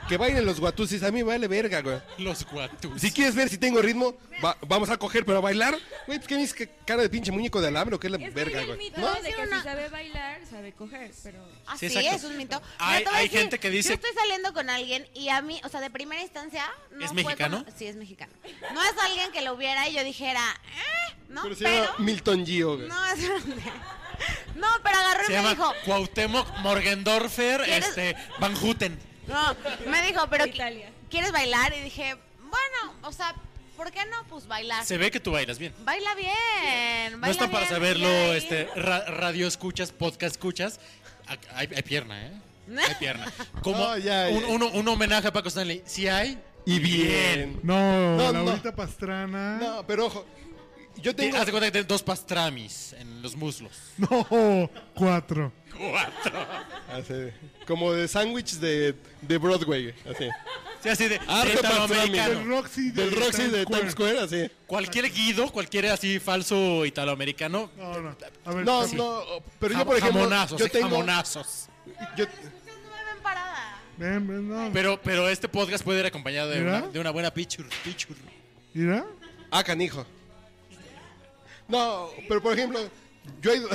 Que bailen los guatusis. A mí me vale verga, güey.
Los guatus.
Si quieres ver si tengo ritmo, va- vamos a coger, pero a bailar. Güey, pues qué mis cara de pinche muñeco de alambre o qué es la
Es que
verga,
hay el
güey.
mito
No,
de
sí,
que
una-
si sabe bailar, sabe coger, pero...
Así
exacto.
es un mito.
Hay-
Yo te voy a
hay gente que dice-
Yo estoy saliendo con alguien y a mí, o sea, de primera instancia. No
¿Es
fue
mexicano?
como- sí, es mexicano. No es alguien que lo hubiera y yo dijera, ¿eh? ¿No?
Pero
Pero.
se llama Milton Gio, güey.
No, es. no, pero agarró y
Se
me
llama
dijo.
Cuauhtémoc Morgendorfer
¿Quieres-
este, Van Houten.
No, me dijo, pero
De Italia.
¿quieres bailar? Y dije, bueno, o sea, ¿por qué no? Pues bailar.
Se ve que tú bailas bien.
Baila bien.
no
Baila
está para
bien,
saberlo,
ya ahí.
este, ra- radio escuchas, podcast escuchas. A- Hay, hay pierna, ¿eh? Hay pierna. Como
No, Oh, ya, ya.
un, uno- un homenaje a Paco Stanley. Si hay,
y bien.
No,
No,
la
no.
bolita pastrana.
No, pero ojo, yo
Te-
tengo...
Haz de cuenta que tienes dos pastramis en los muslos.
No, cuatro.
Cuatro.
Así, Ah, como de sándwich de, de Broadway, así.
Sí, así de.
Arte
de
pastrami.
italoamericano.
Del Roxy de
Ah, Del Roxy de Times Square, así.
Cualquier guido, cualquier así falso italoamericano.
No, no. A ver,
No,
sí.
no, pero yo por ejemplo,
jamonazos,
yo
eh,
tengo,
jamonazos.
yo,
Ven, ven, no.
Pero, pero este podcast puede ir acompañado de,
¿Mira?
una, de una buena picture. picture.
Mira.
ah, canijo. No, pero por ejemplo, yo he ido-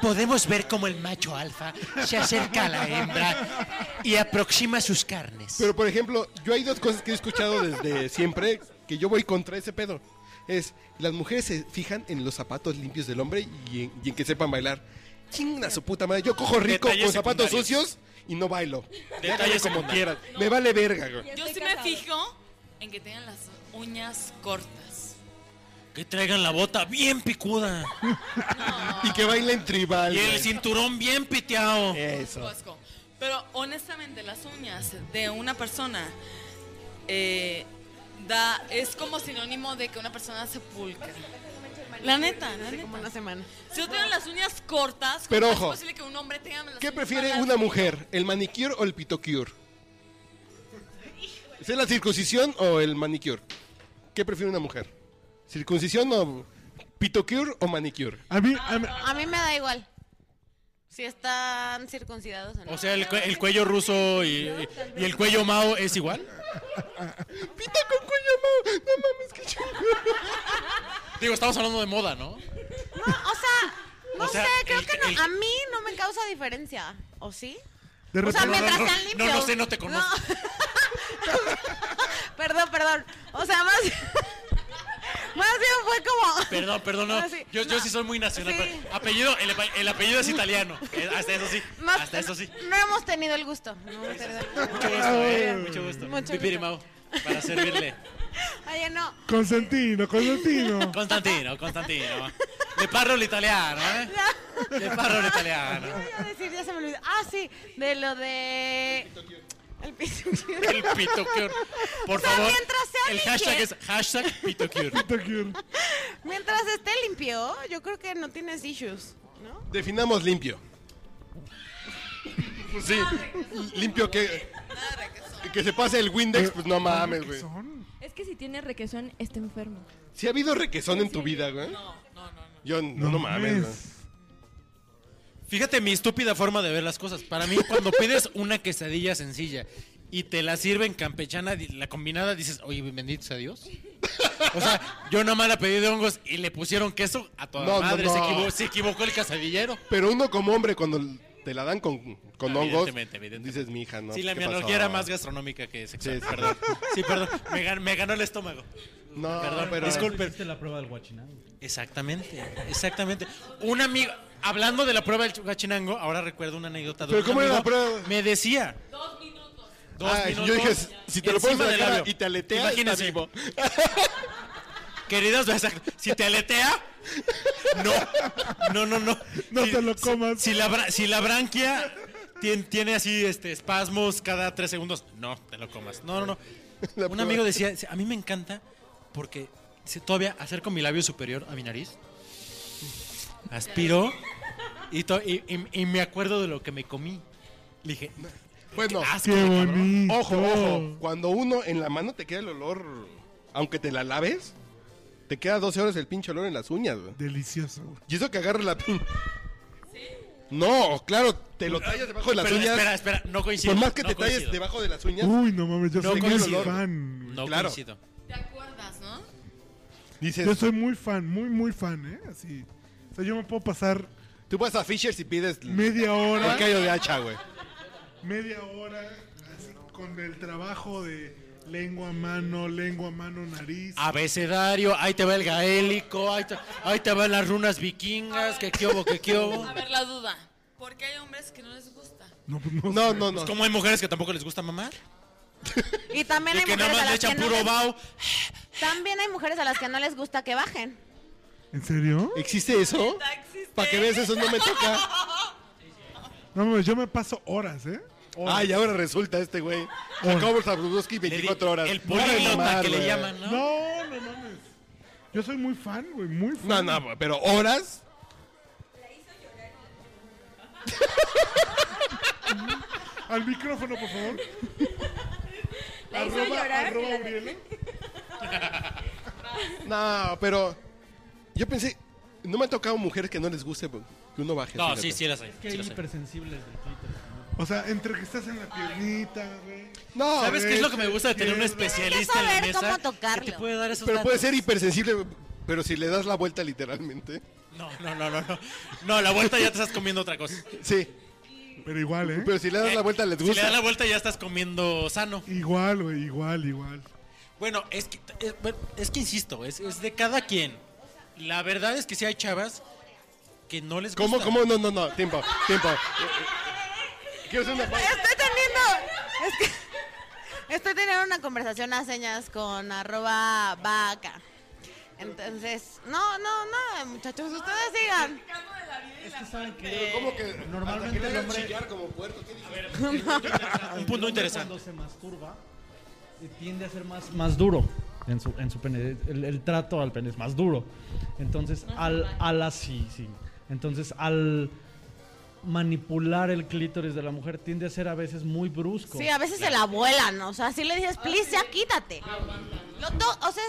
Podemos ver cómo el macho alfa se acerca a la hembra y aproxima sus carnes.
Pero por ejemplo, yo hay dos cosas que he escuchado desde siempre que yo voy contra ese pedo. Es, las mujeres se fijan en los zapatos limpios del hombre y en, y en que sepan bailar. Chinga su puta madre. Yo cojo rico
Detalles
con zapatos
secundarios.
sucios y no bailo.
Detalles
Háganle como quieran.
secundarios.
Me vale verga, güey.
Yo sí me fijo en que tengan las uñas cortas.
que traigan la bota bien picuda
Y que bailen tribal.
y el
güey.
cinturón bien piteado.
Eso.
Costco. Pero honestamente, las uñas de una persona eh, da, es como sinónimo de que una persona se pulca. La neta, la neta.
Como una semana.
Si yo tengo las uñas cortas,
Pero
¿cómo
ojo.
es posible que un hombre tenga las
¿Qué
uñas
prefiere
largas?
una mujer? ¿El manicure o el pitocure? ¿Es la circuncisión o el manicure? ¿Qué prefiere una mujer? ¿Circuncisión o pitocure o manicure?
A mí, a mí-
A mí me da igual. Si están circuncidados o no.
O sea, el, cue- el cuello ruso y, y el cuello mao es igual.
Pita con cuello, no, no mames, qué chingón.
Digo, estamos hablando de moda, ¿no?
No, o sea, no
O sea,
sé, creo
el-
que no.
el-
A mí no me causa diferencia. ¿O sí?
de
O sea,
repente.
mientras
no, no,
sean
no,
limpios.
no sé, no te conozco.
perdón, perdón. O sea, más, más bien fue como...
Perdón, perdón, no.
Ah, sí.
Yo, yo
No.
sí soy muy nacional.
Sí.
pero Apellido, el, apa- el apellido es italiano. Eh, Hasta eso sí.
No,
Hasta eso sí.
No hemos tenido el gusto. No hemos tenido el gusto.
Mucho gusto, eh. Mucho gusto.
Mucho
Pipiri
gusto.
Mau, para servirle.
Oye, no.
Constantino, Constantino.
Constantino, Constantino. Le parlo l'italiano, ¿eh? Le parlo
¿Qué
l'italiano.
voy a decir? Ya se me olvidó. Ah, sí, de lo de... El piso.
El pitocure. Por
O sea,
favor.
mientras sea
el
limpio.
hashtag es hashtag pitocure.
Pitocure.
Mientras esté limpio, yo creo que no tienes issues, ¿no?
Definamos limpio. Pues sí, limpio que. Que se pase el Windex, pues no mames, güey.
Son.
Es que si tiene requesón, está enfermo.
Si ha habido requesón en tu vida, güey. No, no, no. Yo no, no mames, güey.
Fíjate mi estúpida forma de ver las cosas. Para mí, cuando pides una quesadilla sencilla y te la sirven campechana, di- la combinada, dices, oye, bendito sea Dios. O sea, yo nomás la pedí de hongos y le pusieron queso a toda
No, no,
madre.
no.
Se, equivo- se equivocó el quesadillero.
Pero uno como hombre, cuando te la dan con, con
No,
hongos,
evidentemente, evidentemente.
dices, mi hija, no.
sí, la
¿qué pasó?"
analogía era más gastronómica que sexual.
Sí, sí.
Perdón. Sí, perdón. Me, gan- me ganó el estómago.
No,
Perdón,
pero.
disculpe.
Hiciste la prueba del guachinango.
Exactamente, exactamente. Un amigo, hablando de la prueba del chugachinango, ahora recuerdo una anécdota. de
¿Pero
un
cómo era la
amigo,
prueba?
Me decía. Dos
Ah, yo
minutos. Dos
dije,
minutos.
si te lo pones
encima
en la
del
cara
labio.
y te aletea,
Imagínense.
está vivo.
Queridos, exacto, si te aletea, no, no, no, no.
No
Si-
te lo
si-
comas.
Si, la, bra- si la branquia tien- tiene, así este, espasmos cada tres segundos, no te lo comas. No, no, no.
La
Un
prueba.
amigo decía, dice, a mí me encanta porque se- todavía acerco mi labio superior a mi nariz, aspiro y, to- y- y- y me acuerdo de lo que me comí. Le dije,
Bueno,
asco,
Qué
cabrón".
bonito.
pues ojo, ojo. Cuando uno en la mano te queda el olor, aunque te la laves, te queda 12 horas el pinche olor en las uñas, güey.
Delicioso. güey.
Y eso que agarra la pin. No, claro, te lo tallas debajo de las
Pero
uñas.
espera, espera, no coincido.
por más que
no
te talles
coincido.
debajo de las uñas,
Uy, no mames, yo
No
soy muy
coincido.
fan. güey.
No
Claro.
coincido.
¿Te acuerdas, no?
dices,
Yo soy muy fan, muy, muy fan, ¿eh? Así. O sea, yo me puedo pasar
tú vas a Fisher's y pides
media
el
hora.
callo de hacha, güey.
Media hora así, con el trabajo de lengua, mano, lengua, mano, nariz.
Ah,
Abecedario, ahí te va el gaélico, ahí te, ahí te van las runas vikingas, que quiobo, que quiobo.
A ver, la duda. ¿Por qué hay hombres que no les gusta?
No, pues no.
No, no, no.
Como hay mujeres que tampoco les gusta mamar,
Y también
y
hay
que nada
mujeres a
más le
las que
echan
no
puro
les,
bao.
también hay mujeres a las que no les gusta que bajen.
¿En serio?
¿Existe eso?
Ya existe.
Para que veas, eso no me toca.
No mames, yo me paso horas, ¿eh?
Ay, ahora resulta este güey. Jacobo Zabludowski, 24 horas.
El
Deja de
políglota
mamar,
que le
güey.
llaman, ¿no?
No, no mames. Yo soy muy fan, güey, muy fan.
No, no, pero horas.
Al micrófono, por favor.
La hizo llorar,
arroba
la de-
Uriela.
No, pero yo pensé, no me ha tocado mujeres que no les guste güey, que uno baje.
No,
fíjate.
sí, sí las hay.
Que
sí
hay
las hay.
hipersensibles de Twitter. ¿no?
O sea, entre que estás en la piernita, güey.
No, eh,
¿Sabes qué es lo que me gusta de tener un
Hay que
especialista en la
saber
mesa?
cómo
Que
tocarlo.
te puede dar esos
pero puede
datos.
ser hipersensible, pero si le das la vuelta literalmente.
No, no, no, no, no. No, la vuelta ya te estás comiendo otra cosa.
Sí,
Pero igual, ¿eh?
pero si le das la vuelta les
Si le das la
gusta.
vuelta ya estás comiendo sano.
Igual, güey, igual, igual.
Bueno, es que, es, bueno, es que insisto, es, es de cada quien. La verdad es que sí hay chavas que no les
¿Cómo,
gusta.
cómo? No, no, no, tiempo, tiempo. Quiero hacer una pausa.
Estoy teniendo. es que estoy teniendo una conversación a señas con arroba vaca. Entonces, no, no, no, muchachos, ustedes sigan.
Es que saben que
¿Cómo que
Normalmente
hasta que le
el
hagan
hombre-
chillar como puerco, ¿qué dije?
Un punto interesante.
Cuando se masturba, eh, tiende a ser más, más duro. En su, en su pene. El, el trato al pene es más duro. Entonces, al, al así, sí. Entonces, al manipular el clítoris de la mujer tiende a ser a veces muy brusco.
Sí, a veces se la vuelan, o sea, así le dices, please, ya quítate. Lo to- o sea,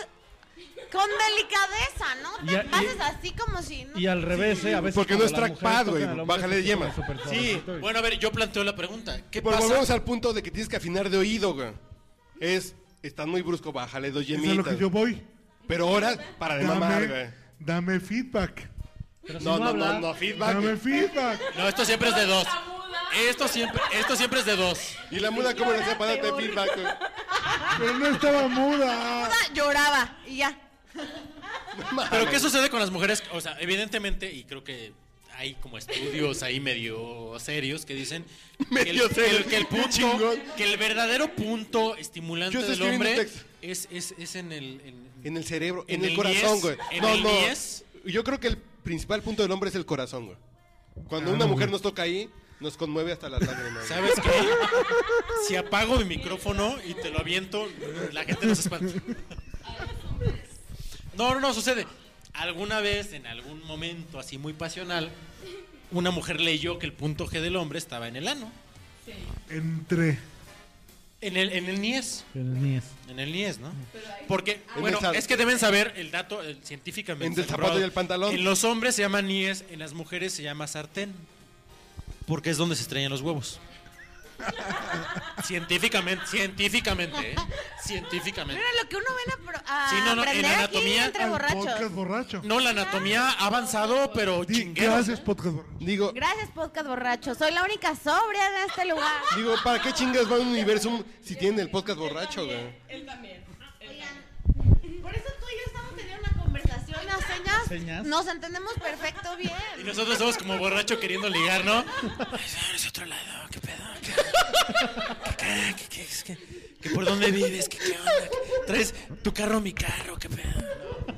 con delicadeza, ¿no?
Y
Te
a- y-
pases así como si no.
Y al revés, eh, a veces
porque no
cuando
es
las mujeres
trackpad,
tocan
güey,
al hombre,
bájale
se
de yema.
siente como súper
Sí,
suavecito.
bueno, a ver, yo planteo la pregunta. ¿Qué
Pero
pasa?
Pues volvemos al punto de que tienes que afinar de oído, güey. Es, están muy brusco, bájale dos
Es a lo que
yemitas.
yo voy.
Pero horas para de mamar,
Dame,
güey.
dame feedback.
Pero si
No, no,
habla,
no, no, feedback.
Dame feedback.
No, esto siempre es de dos. Esto siempre, esto siempre es de dos.
Y la muda, ¿cómo le hacía para darte feedback? güey?
Pero no estaba muda.
Toda lloraba y ya.
Pero ¿qué sucede con las mujeres? O sea, evidentemente, y creo que hay como estudios ahí medio serios que dicen
Medio
que, el,
serios,
que el
qué
punto,
chingón.
que el verdadero punto estimulante
Yo estoy
del
escribiendo un
hombre
texto.
es, es, es en el... en-
En el cerebro, en,
En
el,
el
corazón,
10,
güey.
en
No,
el
no.
10.
Yo creo que el principal punto del hombre es el corazón, güey. Cuando una mujer nos toca ahí, nos conmueve hasta la lágrima. güey.
¿Sabes qué? Si apago mi micrófono y te lo aviento, la gente nos espanta. No, no, no, sucede. Alguna vez, en algún momento así muy pasional, una mujer leyó que el punto G del hombre estaba en el ano.
Entre.
En el, en el niés.
Pero ni es.
En el niés, ¿no? Porque,
En
bueno,
esa-
es que deben saber el dato el- científicamente.
En del
está
zapato y
comprobado.
el pantalón.
En los hombres se llama niés, en las mujeres se llama sartén. Porque es donde se estrellan los huevos. científicamente, científicamente, ¿eh? Científicamente.
Mira lo que uno viene a, pro- a
Sí, no, no, en
aprender aquí
anatomía,
entre
al
borrachos.
Podcast borracho.
Mm,
No, la anatomía ha avanzado, pero
Di-
chingueros.
gracias, podcast borracho.
Digo,
Gracias, podcast borracho. Soy la única sobria de este lugar.
digo, ¿para qué chingas va un universum si tienen el podcast borracho, güey?
Él también.
Por eso tú y yo estamos teniendo una conversación a señas.
Señas.
Nos entendemos perfecto bien.
Y nosotros somos como borracho queriendo ligar, ¿no? Es otro lado, ¿qué pedo? ¿Qué, qué- qué- qué- qué- qué- qué- por dónde vives? ¿Qué, qué onda? ¿Qué- ¿Traes tu carro mi carro? ¿Qué pedo?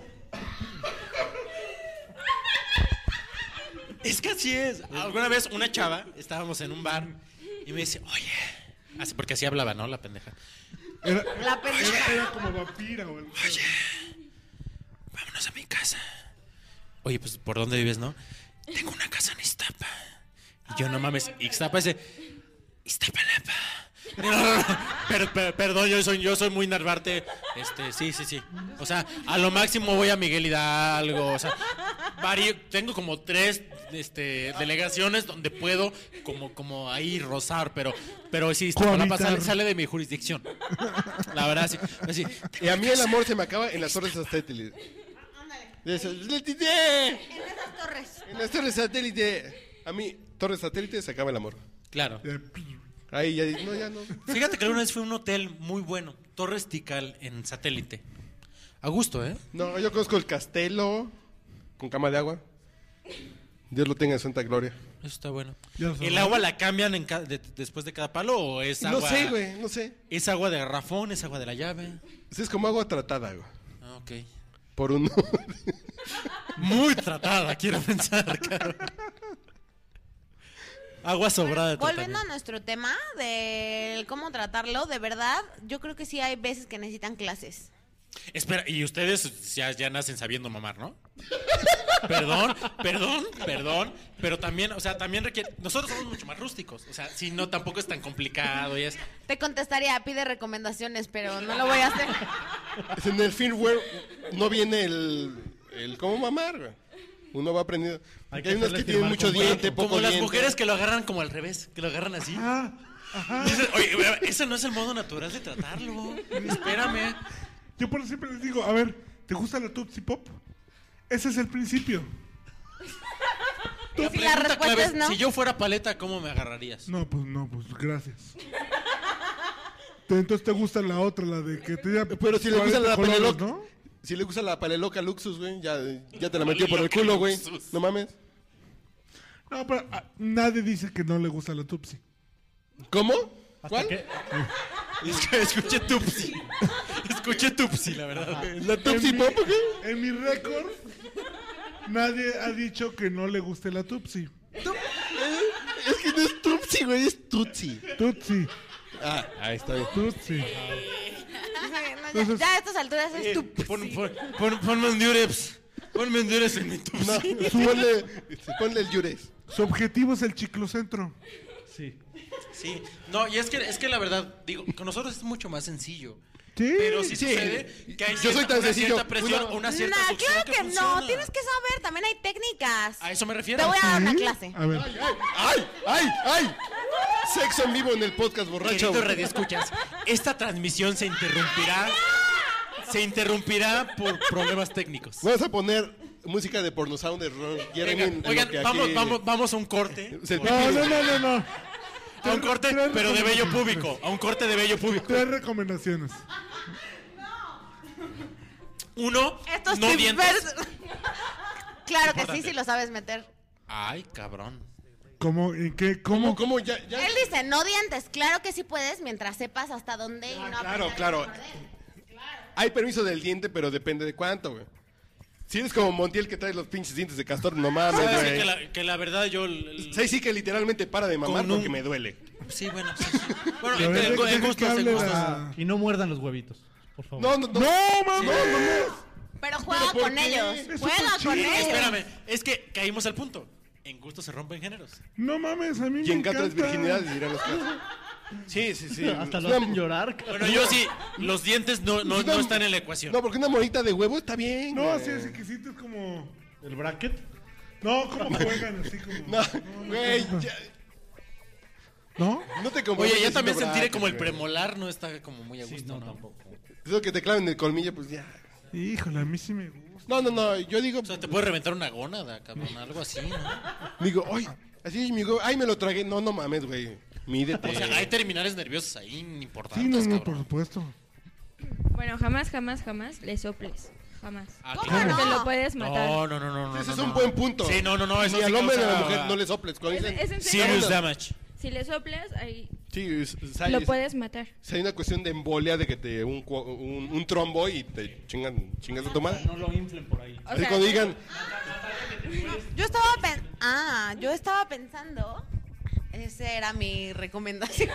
Es que así es. Alguna vez una chava, estábamos en un bar y me dice, oye, así porque así hablaba, ¿no? La pendeja.
Era,
La
era-
pendeja.
era como vampira, güey.
Vámonos a mi casa. Oye, pues, ¿por dónde vives, no? Tengo una casa en Iztapa. Y yo, no mames, Iztapa ese... Iztapalapa. No, no, no. Per- per- perdón, yo soy, yo soy muy narvarte. Este, sí, sí, sí. O sea, a lo máximo voy a Miguel Hidalgo. O sea, vario- tengo como tres este, delegaciones donde puedo como, como ahí rozar, pero, pero sí, Iztapalapa
Cohabitar.
sale, sale de mi jurisdicción. La verdad, sí. Así,
Y a mí el amor se me acaba en las torres satélites. En
En esas torres.
las torres satélite. A mí, torres satélite, se acaba el amor.
claro.
Ahí ya, no, ya no.
Fíjate que alguna vez fue a un hotel muy bueno, Torres Tical en satélite. A gusto, ¿eh?
No, yo conozco el castelo con cama de agua. Dios lo tenga en santa gloria.
Eso está bueno.
Ya sé.
¿El agua la cambian en ca- de- después de cada palo o es agua?
No sé, güey, no sé.
¿Es agua de garrafón? ¿Es agua de la llave?
Sí, es como agua tratada, güey.
Ah, ok.
Por uno.
Muy tratada, quiero pensar, claro. Agua sobrada. de
Volviendo a
tratamiento.
nuestro tema del cómo tratarlo, de verdad, yo creo que sí hay veces que necesitan clases.
Espera, y ustedes ya, ya nacen sabiendo mamar, ¿no? perdón, perdón, perdón. Pero también, o sea, también requiere. Nosotros somos mucho más rústicos. O sea, si no, tampoco es tan complicado y es.
Te contestaría, pide recomendaciones, pero no lo voy a hacer.
En el firmware no viene el, el cómo mamar, güey. Uno va aprendiendo.
Hay
Hay,
que
unos
hacerle
que tienen
firmar
mucho
contrato.
diente, poco
Como las
diente.
mujeres que lo agarran como al revés, que lo agarran así.
Ah, ajá.
Dices, Oye, ese no es el modo natural de tratarlo. Espérame.
Yo por eso siempre les digo, a ver, ¿te gusta la Tootsie Pop? Ese es el principio.
Y si la
Pregunta
respuesta
clave
es no,
Si yo fuera paleta, ¿cómo me agarrarías?
No, pues no, pues gracias. Te- Entonces te gusta la otra, la de que te diga
Pero si le gusta
40
la
colores,
paleloca,
¿no?
si le gusta la paleloca Luxus, güey, ya, ya te la metió por el culo, güey.
Paleloca
No mames.
No, pero ah, nadie dice que no le gusta la Tupsi.
¿Cómo?
¿Hasta
¿Cuál?
qué?
Es que escuché Tupsi. Escuché Tupsi, la verdad.
¿La Tupsi Pop, güey?
En mi récord, nadie ha dicho que no le guste la Tupsi.
Es que no es Tupsi, güey, es Tutsi.
Tutsi,
Ah, ahí está bien.
Tutsi.
no, ya, ya a estas alturas es tu...
Pon- pon- pon- ponme un diureps. Ponme un diureps en mi Tupsi.
No, ponle, ponle el Yures.
Su objetivo es el chiclocentro.
Sí.
Sí. No, y es que, es que la verdad, digo, con nosotros es mucho más sencillo.
Sí.
Pero sí,
Sí.
sucede que hay
Yo soy tan
una
sencillo.
cierta presión,
Una-
una, cierta
Nah,
succión
claro que, no,
funciona.
tienes que saber, también hay técnicas.
A eso me refiero.
Te voy a dar Ah, una
¿Sí?
clase.
A ver,
¡Ay, ay, ay! ay. Sexo en vivo en el podcast borracho.
Querido Radio Escuchas, esta transmisión se interrumpirá. Se interrumpirá por problemas técnicos.
Vamos a poner música de porno sound de Ron Jeremy.
Venga,
en lo
oigan,
que
vamos,
aquí-
vamos, vamos a un corte.
Es el-
No, no, no, no, no.
A un corte,
Tres
pero de bello
recomendaciones.
público. A un corte de bello público.
Tres recomendaciones.
Uno,
Estos
no
tips
dientes.
vers- Claro que sí,
Importante.
si lo sabes meter.
Ay, cabrón.
¿Cómo? ¿En qué?
¿Cómo,
¿Cómo?
cómo? Ya, ya.
Él dice, no dientes, claro que sí puedes mientras sepas hasta dónde y no
claro,
apretar y
claro.
morder.
Hay permiso del diente, pero depende de cuánto, güey. Si eres como Montiel que trae los pinches dientes de castor, no mames,
Ahora sí
güey.
que, la, que la verdad yo. l- l-
Sí, sí que literalmente para de mamar
Con un-
porque me duele.
Sí, bueno. sí, sí. Bueno,
A
en,
ver, deja-
en- en
deja que
gustos, en
hable
gustos.
la-
Y no muerdan los huevitos, por favor.
No, no, no. No, mames.
Pero juega
¿por
con
qué?
ellos,
Es
juega
súper chido.
con ellos.
Eh, Espérame, es que caímos al punto. En gustos se rompen géneros.
No mames, a mí
Y en
me
gatas
encanta.
virginidades dirán los casos. Sí, sí, sí.
Hasta lo
Una-
hacen llorar.
Bueno, yo sí, los dientes no, no, no están en la ecuación.
No, porque una morita de huevo está bien.
No,
güey.
así es que sientes como...
¿El bracket?
No, como juegan, así como...
No, güey, ya,
¿No?
no te confundas.
Oye, ya también sentiré como el premolar no está como muy a gusto, ¿no?
Eso que te claven el colmillo, pues ya.
Híjole, a mí sí me gusta.
No, no, no, yo digo,
O sea, te puede reventar una gónada, cabrón, algo así, ¿no?
digo, ay, así es mi huevo, ay, me lo tragué. No, no mames, güey, mídete.
O sea, hay terminales nerviosos ahí importantes,
Sí, no, no, por
cabrón.
supuesto.
Bueno, jamás, jamás, jamás le soples. Jamás.
Ah,
¿Cómo
claro.
no?
Te lo puedes matar.
No, no, no, no, no,
Ese es
no,
un
no.
buen punto.
Sí, no, no, no, eso
Ni
sí
al hombre ni a la
causa-
mujer no le soples. Cuando
Es,
dicen,
es en serio.
Serious damage.
Si le soplas, ahí
sí, es- es- hay,
lo
es-
puedes matar.
es- hay una cuestión de embolia de que te un, cua- un, un trombo y te chingan, chingas a tu madre.
No lo inflen por ahí.
O
Así
sea,
cuando digan,
Yo estaba pensando. Ah, yo estaba pensando. Esa era mi recomendación.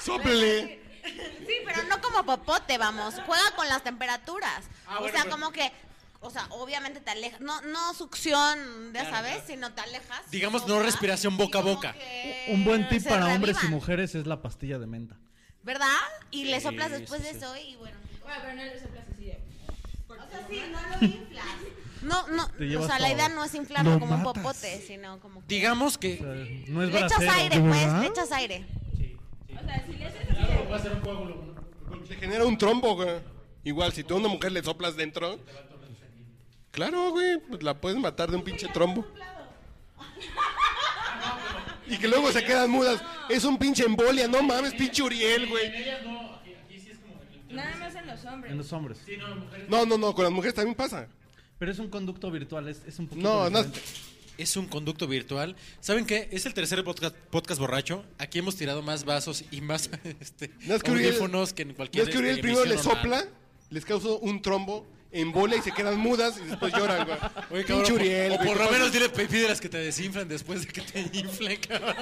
soplele.
sí, pero no como popote, vamos. Juega con las temperaturas.
Ah,
o sea,
pues
como que. O sea, obviamente te alejas. No, no succión, ya sabes, sino te alejas.
Digamos, no respiración boca a
y como
boca.
que
Un buen tip
Eh, se
para hombres y
revivan,
mujeres es la pastilla de menta.
¿Verdad? Y le
Sí,
soplas
sí,
después
sí.
de eso y bueno.
Bueno, pero no le soplas así de-
O sea, sí, no lo inflas. No, no.
Te llevas
O sea, la
todo.
idea no es inflarlo
Lo
como un
matas.
popote, sino como. que-
Digamos
O sea,
que...
no es
Le echas
bracero.
aire,
¿De
pues,
verdad?
le echas aire.
O sea, si le haces así de-
Te genera un trombo, güey. Igual, si tú a una mujer le soplas dentro. Claro, güey, pues la puedes matar de un pinche trombo. Y que luego se quedan mudas. Es un pinche embolia, no mames, pinche Uriel, güey.
Nada más en los hombres.
En los hombres.
No, no, no, con las mujeres también pasa.
Pero es un conducto virtual, es, es un poquito
No, no.
diferente.
Es un conducto virtual. ¿Saben qué? Es el tercer podcast, podcast borracho. Aquí hemos tirado más vasos y más este,
No es que Uriel,
audífonos que en
no
cualquier
es que Uriel
este,
primero le
emisión normal.
sopla, les causó un trombo. embola y se quedan mudas y después lloran, güey.
Oye, cabrón,
Pinche Uriel,
o
güey,
por
¿qué
lo
pasa?
menos dile pídelas que te desinflan después de que te inflen, cabrón.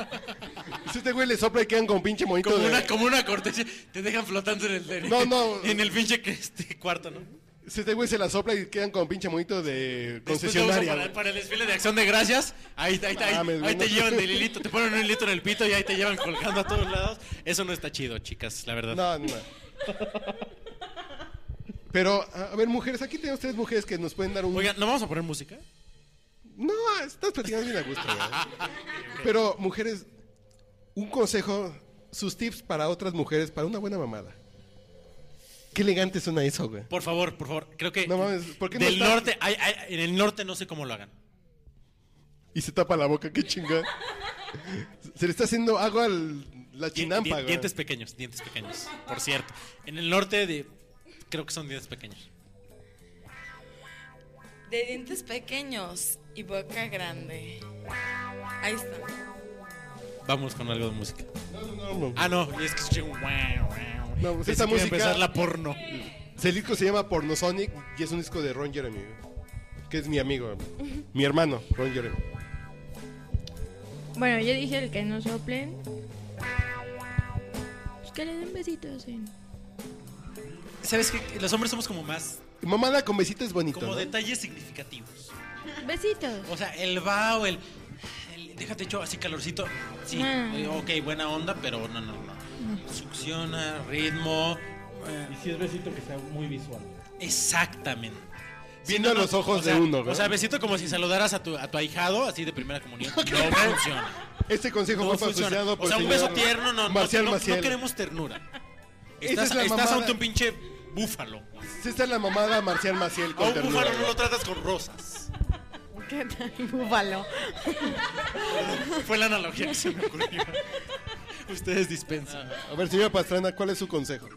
Si este güey le sopla y quedan con pinche monito
Como
de-
una, como una cortesía. Te dejan flotando en el, en el-
No, no.
en el pinche que- este, cuarto, ¿no?
Si este güey se la sopla y quedan con pinche monito de
Después te usan
concesionaria,
para,
güey.
para el desfile de acción de gracias. Ahí, ahí, ahí,
Mames,
ahí
güey,
te
no.
llevan del hilito, te ponen un hilito en el pito y ahí te llevan colgando a todos lados. Eso no está chido, chicas, la verdad.
No, no. Pero, a a ver, mujeres, aquí tenemos tres mujeres que nos pueden dar un...
Oiga, ¿no vamos a poner música?
No, estás platicando bien a gusto, güey. Pero, mujeres, un consejo, sus tips para otras mujeres, para una buena mamada. Qué elegante suena eso, güey.
Por favor, por favor. Creo que
No mames, ¿por qué no
del
está-
norte, hay- hay- en el norte no sé cómo lo hagan.
Y se tapa la boca, qué chingada. Se le está haciendo agua al... La
Dien-
chinampa,
dien-
güey.
dientes pequeños, dientes pequeños. Por cierto, en el norte de- creo que son dientes pequeños.
De dientes pequeños y boca grande. Ahí está.
Vamos con algo de música.
No, no.
Ah, no, es que escuché un guau, guau.
No, pues
Pensé
esa
que iba a
música- Mm.
empezar la porno.
El disco se llama Pornosonic y es un disco de Ron Jeremy, güey, que es mi amigo, mi hermano, Ron Jeremy.
Bueno, yo dije el que no soplen. Pues que le den besitos en.
¿Sabes qué? Los hombres somos como más,
Mamada con besito es bonito.
como
¿no?
detalles significativos.
Besitos.
O sea, el vaho, el, el- Déjate hecho así calorcito. Sí,
Ah.
eh, ok, buena onda, pero no, no, no. Succiona, ritmo. eh,
Y si es besito que sea muy visual.
Exactamente.
Viendo
Sí, no, no,
los ojos
o sea,
de uno, güey.
O sea, besito como si saludaras a tu, a tu ahijado, así de primera comunión. No funciona.
Este consejo
No
fue
funciona.
patrocinado por
O sea,
el
un beso
señor
tierno, no, no,
pues, Marcial
no, no
Maciel.
queremos ternura.
Esa
Estás,
es la
estás
mamada.
ante un pinche búfalo.
Esta es la mamada Marcial Maciel
A
con
un
ternura.
búfalo no lo tratas con rosas.
¿Qué tal, búfalo?
Fue la analogía que se me ocurrió. Ah. Ustedes dispensan.
A ver, señora Pastrana, ¿cuál es su consejo?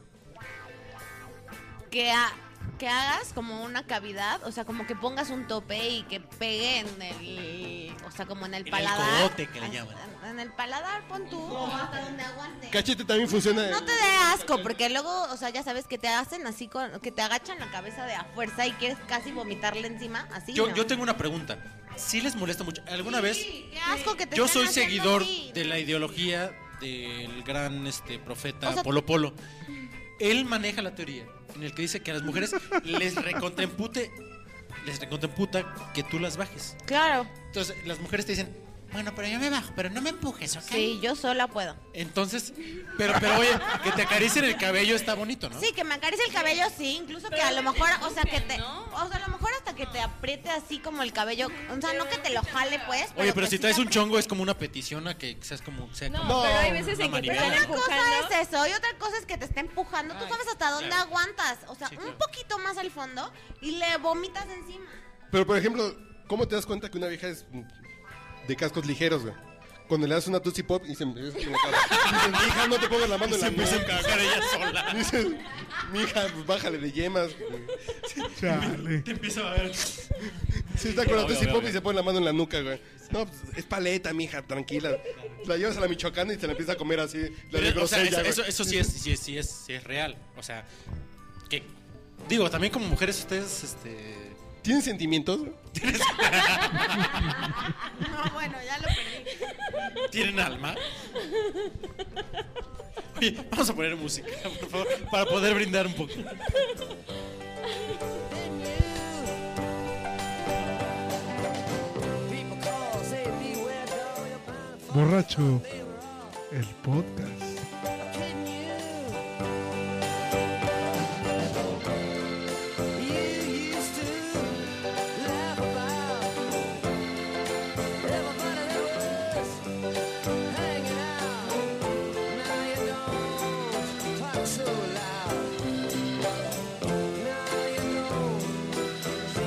Que, ha- que hagas como una cavidad, o sea, como que pongas un tope y que pegue en el. O sea, como en el
el
paladar.
cogote que le llaman.
En, en el paladar, pon tú, o hasta donde aguante.
Cachete también funciona.
No te dé asco, porque luego, o sea, ya sabes que te hacen así, con, que te agachan la cabeza de a fuerza y quieres casi vomitarle encima, así.
Yo,
¿no?
yo tengo una pregunta. ¿Sí les molesta mucho? ¿Alguna vez?
Sí, qué asco que te
Yo
estén
soy
haciendo
seguidor
así.
de la ideología del gran este, profeta
O sea,
Polo Polo. Él maneja la teoría en el que dice que a las mujeres les recontrempute, les recontremputa que tú las bajes.
Claro.
Entonces, las mujeres te dicen, bueno, pero yo me bajo, pero no me empujes, ¿ok?
Sí, yo sola puedo.
Entonces, pero, pero oye, que te acaricien el cabello está bonito, ¿no?
Sí, que me acaricie el cabello, sí, incluso que a lo mejor, o sea, que te,
¿no?
o sea, a lo mejor hasta que te apriete así como el cabello, o sea, no que te lo jale, pues.
Oye, pero
que
si
sí
traes
te
un chongo es como una petición a que seas como... Sea
No,
como-
pero hay veces
una
en que te
maribela.
están
Una cosa
empujando.
es eso y otra cosa es que te está empujando. Tú
Ay,
sabes hasta dónde
claro.
aguantas. O sea,
Sí,
un
claro.
poquito más al fondo y le vomitas encima.
Pero, por ejemplo, ¿cómo te das cuenta que una vieja es mm, de cascos ligeros, güey? Cuando le das una Tootsie Pop y se empieza a Dices, mija, no te pongas la mano en la
Empieza a
boca.
encajar ella sola.
Dices, mija, pues, bájale de yemas. güey.
Chale.
Te empieza a ver.
Sí, está con la
Obvio,
Tootsie
obvio,
Pop y
obvio.
se pone la mano en la nuca, güey. No, pues, es paleta, mija, tranquila. La llevas a la michoacana y se la empieza a comer así, la de
Pero, o sea,
grosella,
eso,
güey.
eso- eso sí, es, sí, es, sí es- sí es real. O sea, que. Digo, también como mujeres, ustedes. Este,
¿Tienen sentimientos? güey?
No, bueno, ya lo perdí.
¿Tienen alma? Oye, vamos a poner música, por favor, para poder brindar un poco.
Borracho. El podcast.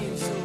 You're next to me.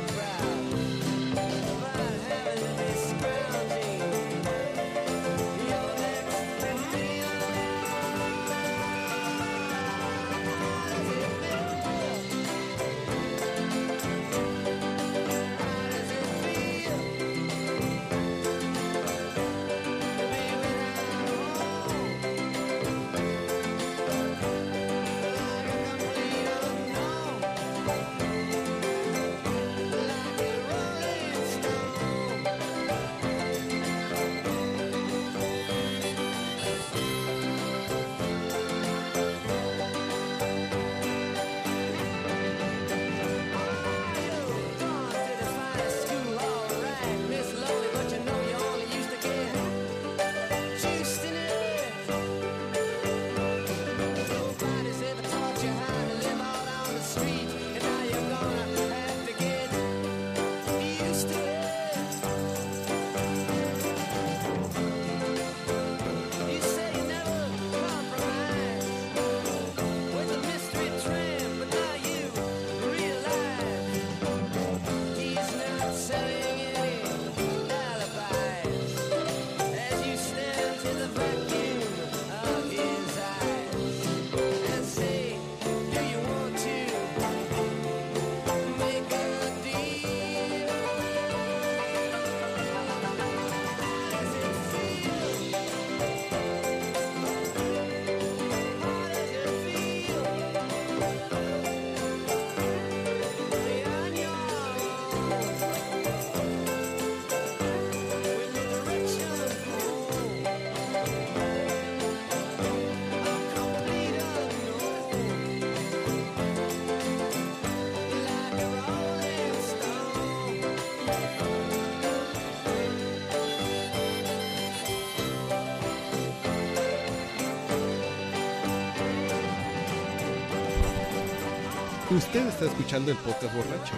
Usted está escuchando el podcast borracho.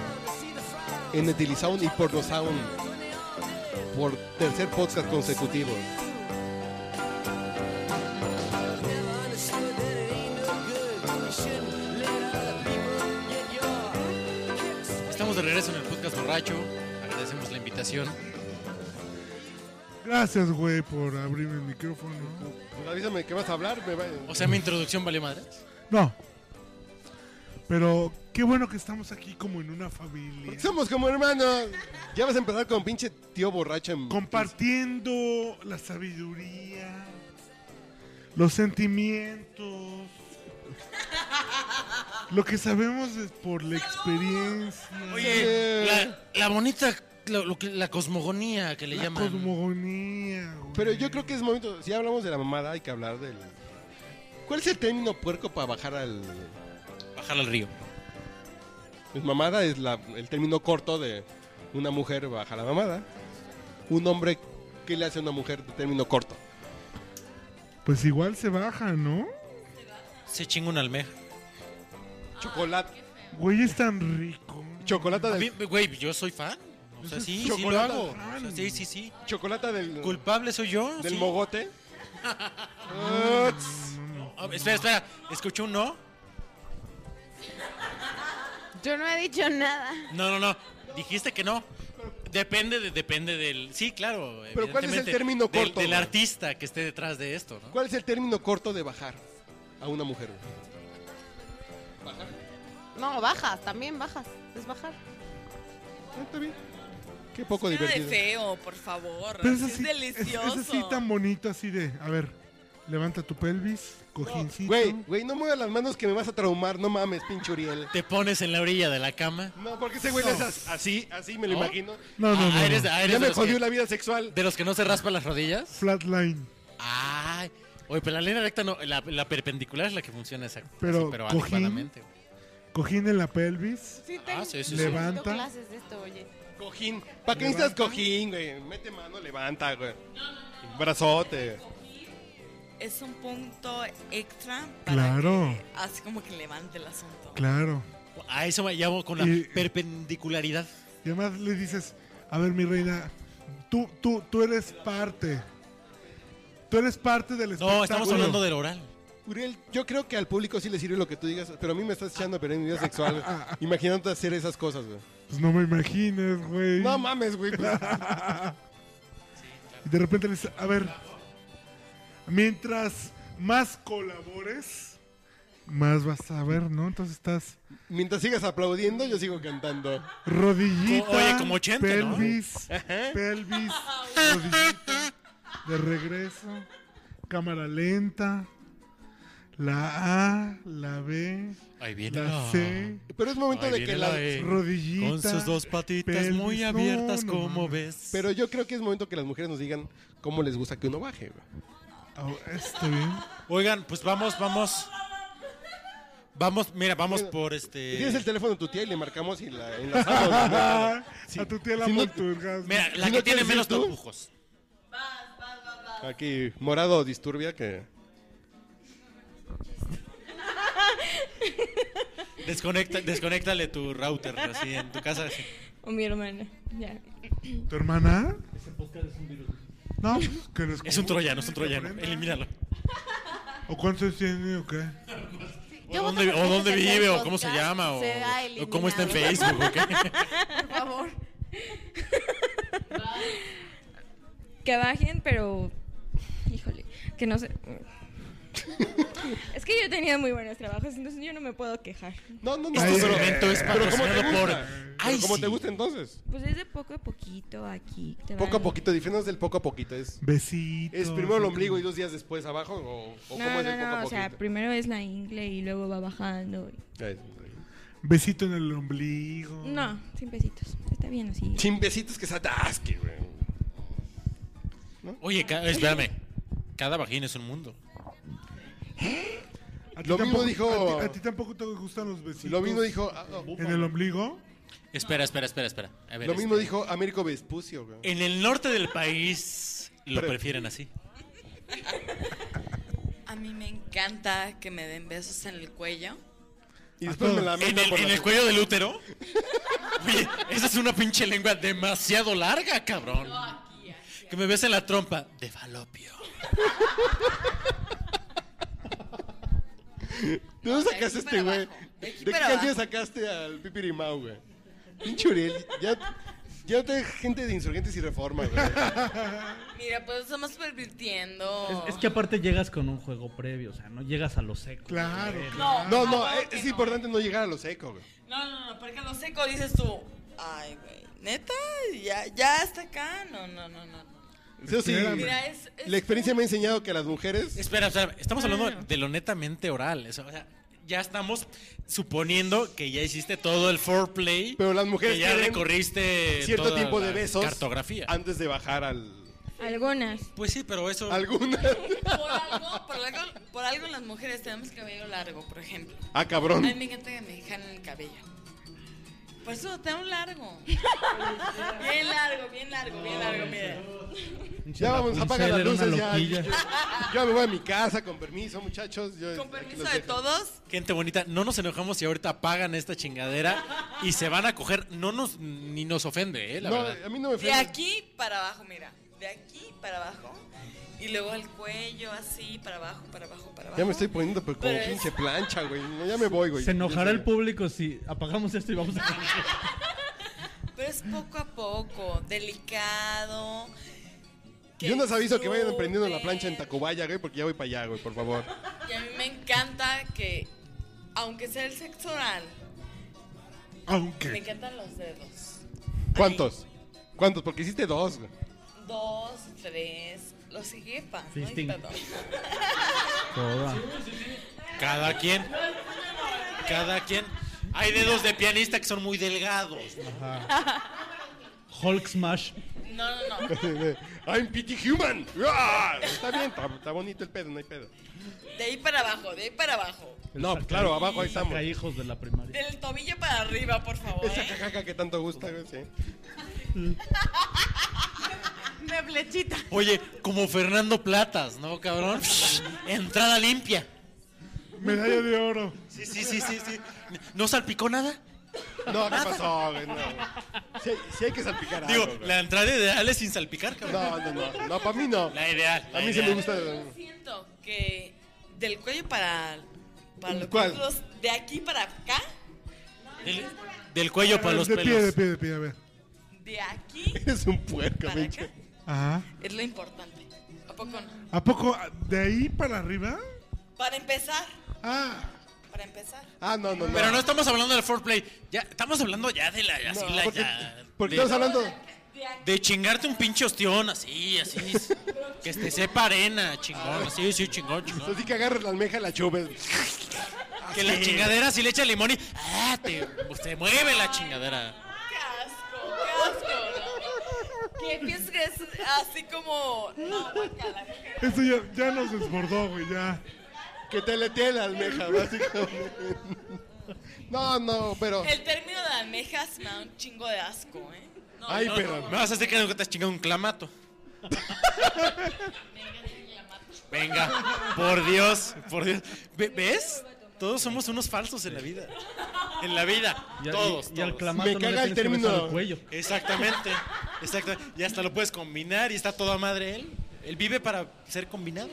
En Etilisound y Porno Sound. Por tercer podcast consecutivo.
Estamos de regreso en el podcast borracho. Agradecemos la invitación.
Gracias, güey, por abrirme el micrófono.
Pues avísame qué vas a hablar. me va-
O sea, mi introducción vale madres.
No. Pero qué bueno que estamos aquí como en una familia.
Porque somos como hermanos. Ya vas a empezar con pinche tío borracho en.
Compartiendo la sabiduría, los sentimientos, lo que sabemos es por la experiencia.
Eh.
Oye, la, la bonita, la, lo que- la cosmogonía que le
la
llaman.
cosmogonía. güey.
Pero yo creo que es momento. Si hablamos de la mamada, hay que hablar del. ¿Cuál es el término puerco para bajar al.
Bajar al río.
Pues mamada es la, el término corto de una mujer baja la mamada. Un hombre, ¿qué le hace a una mujer de término corto?
Pues igual se baja, ¿no?
Se chinga una almeja.
Chocolate.
Güey, es tan rico.
Chocolate
Ah, A
del.
mí, Güey, yo soy fan. O sea, sí, sí lo
Chocolate.
hago. O sea, sí, sí, sí.
Chocolate del.
¿Culpable soy yo?
del
Sí.
mogote.
Ah, espera, espera. ¿Escuché un no?
Yo no he dicho nada.
No, no, no. Dijiste que no. Depende de, depende del. Sí, claro.
Pero ¿cuál es el
evidentemente,
término
del-
corto,
Del,
güey?
artista que esté detrás de esto, ¿no?
¿Cuál es el término corto de bajar a una mujer?
No, bajas, también bajas. Es bajar.
Ah, Está bien. Qué poco
Nada de
divertido.
feo, por favor.
Pero es
Así es,
así, es, es
delicioso.
así tan bonito, así de, a ver, levanta tu pelvis, cojincito.
Güey, güey, no muevas las manos que me vas a traumar, no mames, pinche Uriel.
Te pones en la orilla de la cama.
No, porque ese güey le hace así, así me lo
¿No?
imagino.
No, no,
Ah,
no.
eres,
no.
ah, eres
Ya
de,
me
los
jodió
que,
la vida sexual.
de los que no se raspa las rodillas.
Flatline.
Ay. Oye, pero la línea recta no. La, la perpendicular es la que funciona esa.
Pero,
así, pero
cojín.
adecuadamente. güey.
Cojín en la pelvis.
Sí,
Ah, sí, sí, sí.
Levanta.
Necesito clases de esto, oye.
Cojín. ¿Para qué necesitas cojín, güey? Mete mano, levanta, güey. Brazote.
Es un punto extra para
Claro.
que así como que levante el asunto.
Claro.
A eso me llamo con la
Y-
perpendicularidad.
Y además le dices, a ver, mi reina, tú, tú, tú eres parte. Tú eres parte del espectáculo.
No, estamos hablando del oral.
Uriel, yo creo que al público sí le sirve lo que tú digas, pero a mí me estás echando a perder mi vida sexual, güey, imaginándote hacer esas cosas, güey.
Pues no me imagines, güey.
No mames, güey. pues.
y de repente le dices, a ver, mientras más colabores, más vas a ver, ¿no? Entonces estás
Mientras sigas aplaudiendo, yo sigo cantando.
rodillita,
Co- oye, como 80, ¿no?
pelvis, pelvis, rodillita, de regreso, cámara lenta, la A, la B,
Ahí viene.
la
la-
C,
Pero es momento
Ahí
de que
viene
la...
la E.
rodillita.
Con sus dos patitas
pelvis.
muy
No,
abiertas,
no
como
mames.
ves.
Pero yo creo que es momento que las mujeres nos digan cómo les gusta que uno baje, güey.
Ah, está bien.
Oigan, pues vamos, vamos. Vamos, mira, vamos por este.
Tienes el teléfono de tu tía y le marcamos y la enlazamos. güey.
Ah, A tu tía la
Si no-
Monturgas.
Mira, la
¿Sí
que
lo
tiene
quieres
menos
decir tú?
tapujos.
Aquí, morado disturbia que...
Desconecta, desconéctale tu router así en tu casa. así.
O mi hermana. Ya.
¿Tu hermana? No, pues, que lo
Es un
escuche,
troyano, es un troyano.
aprenda.
Elimínalo.
¿O cuántos tiene o qué?
O dónde, o dónde vive, o cómo se llama, o, o cómo está en Facebook, ¿o qué?
Por favor.
Que bajen, pero. Híjole, que no sé. es que yo he tenido muy buenos trabajos, entonces yo no me puedo quejar.
No, no, no.
Este
pero-
segmento es
pero ¿cómo te
patrocinado por.
gusta?
Ay,
Pero ¿Cómo
sí.
te gusta entonces?
Pues es de poco a poquito aquí. te
Poco a
van-
poquito, diferencias del poco a poquito. ¿Es,
Besitos.
es primero el ombligo y dos días después abajo? ¿O, o
No,
cómo es
no,
el poco
no,
a
o sea,
poquito?
primero es la ingle y luego va bajando. y-
Ay,
Besito en el ombligo.
Mm.
No, sin besitos. Está bien así.
Sin besitos que se atasque, güey.
Oye, ca- espérame. Cada vagina es un mundo.
¿A ti
Lo mismo
tampoco-
dijo-
A ti, a ti tampoco te gustan los besitos.
Lo
pues,
mismo dijo... ah, ah,
¿En el ombligo?
Espera, espera, espera, espera. A ver,
Lo mismo
este,
dijo Américo Vespucio, güey.
En el norte del país lo
Pero-
prefieren así.
A mí me encanta que me den besos en el cuello.
Y después me la
¿En
meto
el,
por
en
la-
el cuello del útero? Oye, esa es una pinche lengua demasiado larga, cabrón. Que me ves en la trompa de falopio.
¿De dónde
No,
sacaste
de aquí
este
para
güey?
abajo. De
¿De
aquí
qué
para
canción
abajo.
sacaste al Pipirimau, güey? Pinche Uriel, ya, ya te gente de insurgentes y reforma, güey.
Mira, pues estamos pervirtiendo.
Es, es que aparte llegas con un juego previo, o sea, no llegas a lo seco.
Claro.
No,
No, eh, no,
ah,
es,
que
es
no.
importante no llegar a lo seco, güey.
No, no, no, porque lo seco dices tú. Ay, güey. Neta, ya, ya hasta acá. No, no, no, no. no.
Eso sí,
Espérame.
Mira, es- es-
la experiencia me ha enseñado que las mujeres...
Espera, espera, estamos hablando de lo netamente oral. eso, o sea, ya estamos suponiendo que ya hiciste todo el foreplay.
Pero las mujeres
que ya
quieren
recorriste
Cierto
toda
tipo de
la
besos
Cartografía.
antes de bajar al...
Algunas.
Pues sí, pero eso.
Alguna...
Por algo, por algo, por algo las mujeres tenemos cabello largo, por ejemplo.
Ah,
A mí
cabrón.
me encanta que me jalen el cabello. Por eso lo tengo largo. Bien largo, bien largo, bien largo, mira.
Ya vamos, apaga las
Rapunzel era
luces, ya.
una
Yo,
loquilla.
yo me voy a mi casa, con permiso, muchachos. yo-
Con
aquí
permiso
los
de
dejo.
todos.
Gente bonita, no nos enojamos si ahorita apagan esta chingadera y se van a coger. No nos ni nos ofende, eh, la
No,
verdad.
a mí no me
De
ofende.
aquí para abajo, mira. De aquí para abajo. Y luego el cuello así, para abajo, para abajo, para abajo.
Ya me estoy poniendo pero como
Pero es-
pinche plancha, güey. No, ya me voy, güey.
Se enojará
Ya
el
sé.
público si apagamos esto y vamos a...
Pero es poco a poco, delicado.
Yo les aviso que vayan aprendiendo la
disfruten.
plancha en Tacubaya, güey, porque ya voy para allá, güey, por favor.
Y a mí me encanta que, aunque sea el sexo oral, me
Aunque.
encantan los dedos.
¿Cuántos? ¿Cuántos? Porque hiciste dos, güey.
Ahí, dos, tres, los que quepan. ¿no? Y
Fisting.
perdón.
Toda.
Cada quien. Cada quien. Hay dedos de pianista que son muy delgados. ¿no?
Hulk Smash.
No, no, no.
I'm pity human. ¡Ah! Está bien, está, está bonito el pedo, no hay pedo.
De ahí para abajo, de ahí para abajo.
No,
pues
claro, abajo ahí estamos.
Saca hijos de la primaria.
Del tobillo para arriba, por favor.
Esa
¿eh?
cajaca que tanto gusta, güey, sí.
De flechita.
Oye, como Fernando Platas, ¿no, cabrón? Entrada limpia.
Medalla de oro.
Sí, sí, sí, sí, sí. ¿No salpicó nada?
No, ¿qué pasó, güey? No. Sí, sí hay que salpicar
Digo,
algo, güey.
la entrada ideal es sin salpicar, cabrón.
No, no, no. No, para mí no.
La ideal. la
A mí se
ideal.
me gusta.
Yo siento que del cuello para, para los
¿Cuál?
pelos, de aquí para acá,
Del, del cuello para los
de pie, de
pelos.
pie, de pie, a ver.
de aquí
Es un puerco,
para acá,
pinche.
Ajá.
es lo importante. ¿A poco no?
¿A poco de ahí para arriba?
Para empezar,
Ah,
para empezar.
Ah, no, no, no.
Pero no estamos hablando del foreplay. Ya, estamos hablando ya de la. Así,
No,
la
porque,
ya-
porque
de-
estamos hablando.
De chingarte un pinche ostión, así, así. que te sepa arena, chingón. Sí, sí, chingón, chingón.
Así que agarras la almeja y la chupes.
Que la chingadera si le echa limón y. ¡Ah! Te, se mueve la chingadera.
¡Qué asco! ¡Qué asco! ¿no? Que piensas que es así como. No, guácala.
esto ya, ya nos desbordó, güey, ya.
Que te letea la almeja, básicamente. No, no, pero.
El término de almejas me da un chingo de asco, ¿eh? No,
Ay,
no,
pero.
Me vas a hacer que te has chingado un clamato. Venga, por Dios, por Dios. Ve- ¿Ves? Todos somos unos falsos en la vida. En la vida,
Y al-
todos.
Y al
todos.
clamato
Me
no le
caga el
tienes que
término.
besar el cuello.
Exactamente, exactamente. Y hasta lo puedes combinar y está toda madre él. Él vive para ser combinado.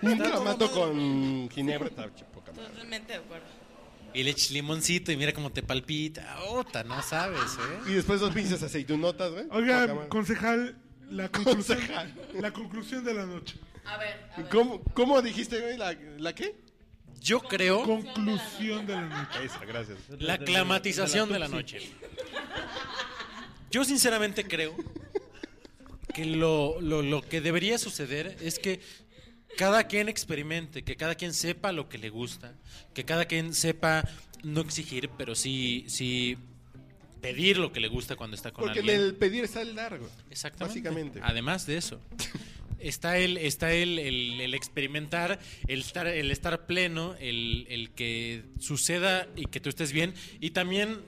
Un clamato con ginebra está che, poca madre.
Totalmente de acuerdo.
Y le echas limoncito y mira cómo te palpita. Ota, no sabes, ¿eh?
Y después dos pinches aceitunotas, güey. Poca
Oiga,
madre.
concejal, la conclusión,
Concejal.
la conclusión de la noche.
A ver, a ver.
¿Cómo, cómo dijiste, güey? ¿La, la qué?
Yo creo
Conclusión de la noche.
Esa, gracias.
la clamatización de la noche. Yo sinceramente creo que lo, lo- lo que debería suceder es que cada quien experimente, que cada quien sepa lo que le gusta, que cada quien sepa no exigir, pero sí, sí pedir lo que le gusta cuando está con
Porque en
alguien.
el pedir está el largo.
Exactamente.
Básicamente.
Además de eso. Está el, está el, el- el experimentar, el estar, el estar pleno, el, el que suceda y que tú estés bien. Y también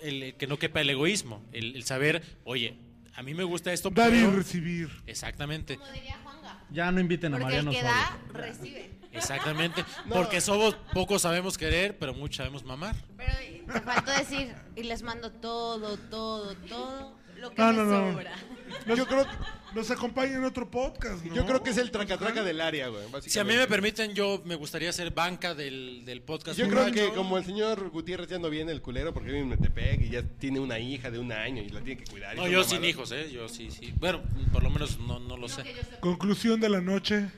el, el que no quepa el egoísmo. El, el saber, oye, a mí me gusta esto.
Dar y
pero-
recibir.
Exactamente.
Como diría Juanga.
Ya no inviten a
Porque el
Mariano
que
Osorio.
da, recibe.
Exactamente.
No.
Porque somos pocos sabemos querer, pero muchos sabemos mamar.
Pero eh, te faltó decir, y les mando todo, todo, todo lo que
No,
me
no, no.
sobra.
Nos,
Yo creo,
nos acompaña en otro podcast, ¿no?
yo creo que es el tracatraca del área, güey. básicamente.
Si a mí me permiten, yo me gustaría ser banca del, del podcast.
Yo creo
borracho.
que como el señor Gutiérrez ya no viene el culero porque vive en Metepec y ya tiene una hija de un año y la tiene que cuidar. y
No,
son
yo
mamadas.
sin hijos, ¿eh? Yo sí, sí. Bueno, por lo menos no, no lo sé.
Conclusión de la noche.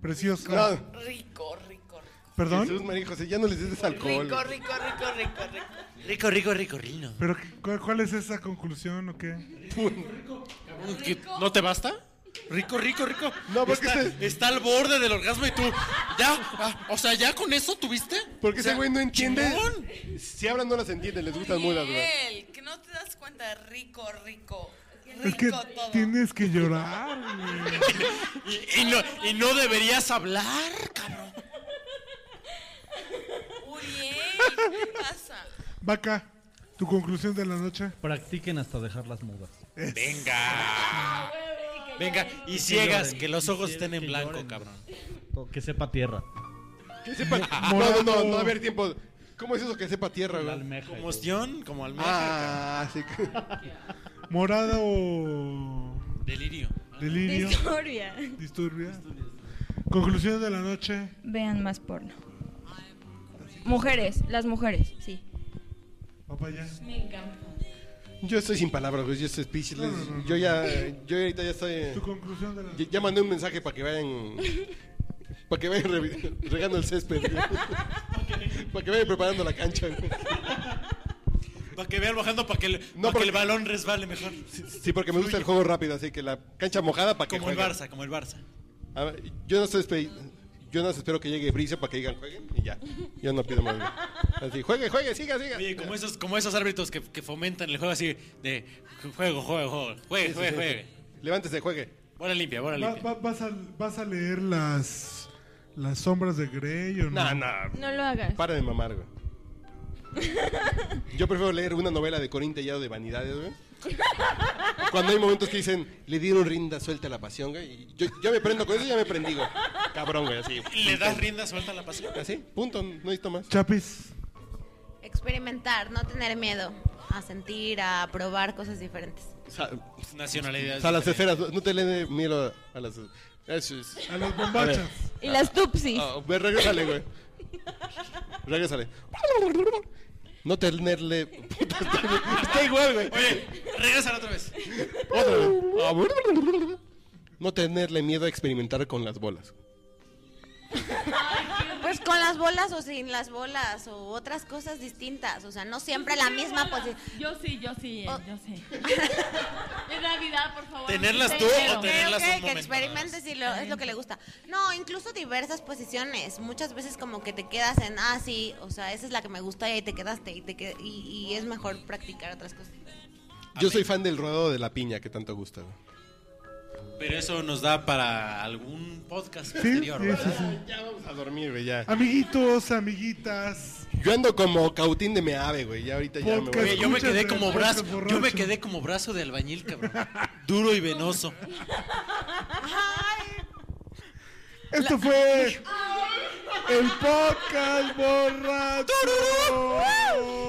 Preciosa.
No,
Rico, rico, rico.
Jesús
Perdón.
María José, ya no les des alcohol.
Rico, rico, rico, rico, rico.
Rico, rico, rico, rino.
¿Pero qué- cuál, cuál es esa conclusión o qué?
¿Qué- ¿No te basta? Rico, rico, rico.
No, porque
está,
este-
está al borde del orgasmo y tú. Ya, ah, o sea, ya con eso tuviste.
Porque
O sea,
ese güey no entiende.
chingón.
Si hablan no las entienden, les gustan mudas, güey.
Muriel, que no te das cuenta, rico, rico. Rico
Es que
todo.
tienes que llorar. güey.
Y, y no, y no deberías hablar, cabrón.
Uriel, ¿qué te pasa?
Vaca, tu conclusión de la noche.
Practiquen hasta dejarlas mudas.
Venga. Venga, y ciegas, que los ojos estén en blanco, cabrón.
Que sepa tierra.
Que sepa- No, no, no, no, a ver, tiempo. ¿Cómo es eso que sepa tierra,
La
güey?
almeja.
Como ostión, como almeja.
Ah, sí. que-
Morada o
Delirio.
delirio.
Historia.
Disturbia. Conclusión de la noche.
Vean más porno. Mujeres, las mujeres, sí.
Papá ya.
Yo estoy sin palabras, güey. Yo estoy speechless.
Mm.
Yo ya, yo ahorita ya estoy.
Tu conclusión de la
Ya,
noche.
ya mandé un mensaje para que vayan. Para que vayan revi- regando el césped. Para que vayan preparando la cancha. güey.
Para que vean bajando, para que, el-
No,
pa' que
porque-
el balón resbale mejor.
Sí, porque me gusta el juego rápido, así que la cancha mojada para que
Como el
jueguen.
Barça, como el Barça.
A ver, yo no estoy espe- Yo no espero que llegue Bricio para que digan jueguen y ya. Yo no pido más. güey. Así, juegue, juegue, siga, siga.
Oye, como esos, como esos árbitros que, que fomentan el juego así de juego, juego, juego, juegue, juegue, juegue.
Levántese, juegue.
Bola limpia, bola
Va-
limpia.
va- vas, a, vas a leer las las sombras de Grey o no?
No, no.
No lo hagas.
Para de mamar, güey. Yo prefiero leer una novela de Corín Tellado de Vanidades, güey. Cuando hay momentos que dicen, le dieron rinda suelta a la pasión, güey. y Yo, yo me prendo con eso y ya me prendí, güey. Cabrón, güey, así.
Y le das rienda suelta a la pasión.
Así, punto, no necesito más.
Chapis.
Experimentar, no tener miedo a sentir, a probar cosas diferentes.
O sea,
Nacionalidad.
a las esferas, no te le dé miedo a las. Eso es.
A las
A
bombachas.
ver.
Y las tupsis.
Ah, ve, regrésale, güey. Regrésale. No tenerle. Puta, está- está igual, güey.
Oye, regresa otra vez.
Otra vez. No tenerle miedo a experimentar con las bolas.
Pues con las bolas o sin las bolas o otras cosas distintas. O sea, no siempre la misma posición.
Yo sí, yo sí, eh,
Oh.
yo sí. Es Navidad, por favor.
¿Tenerlas tú
Pero
o tenerlas un
que
momento?
experimente si lo- es lo que le gusta. No, incluso diversas posiciones. Muchas veces como que te quedas en, ah, sí, o sea, esa es la que me gusta y ahí te quedaste. Y, te qued- y, y es mejor practicar otras cosas.
Yo soy fan del rodado de la piña que tanto gusta. güey.
Pero eso nos da para algún podcast posterior,
sí,
¿verdad?
sí,
Ya vamos a dormir, güey, ya.
Amiguitos, amiguitas.
Yo ando como cautín de meave, güey. Ya ahorita ya me
Podcast.
Oye,
voy.
yo me
Escúchate,
quedé como
podcast
brazo, yo
borracho.
me quedé como brazo de albañil, cabrón. Duro y venoso.
Esto fue el podcast borracho.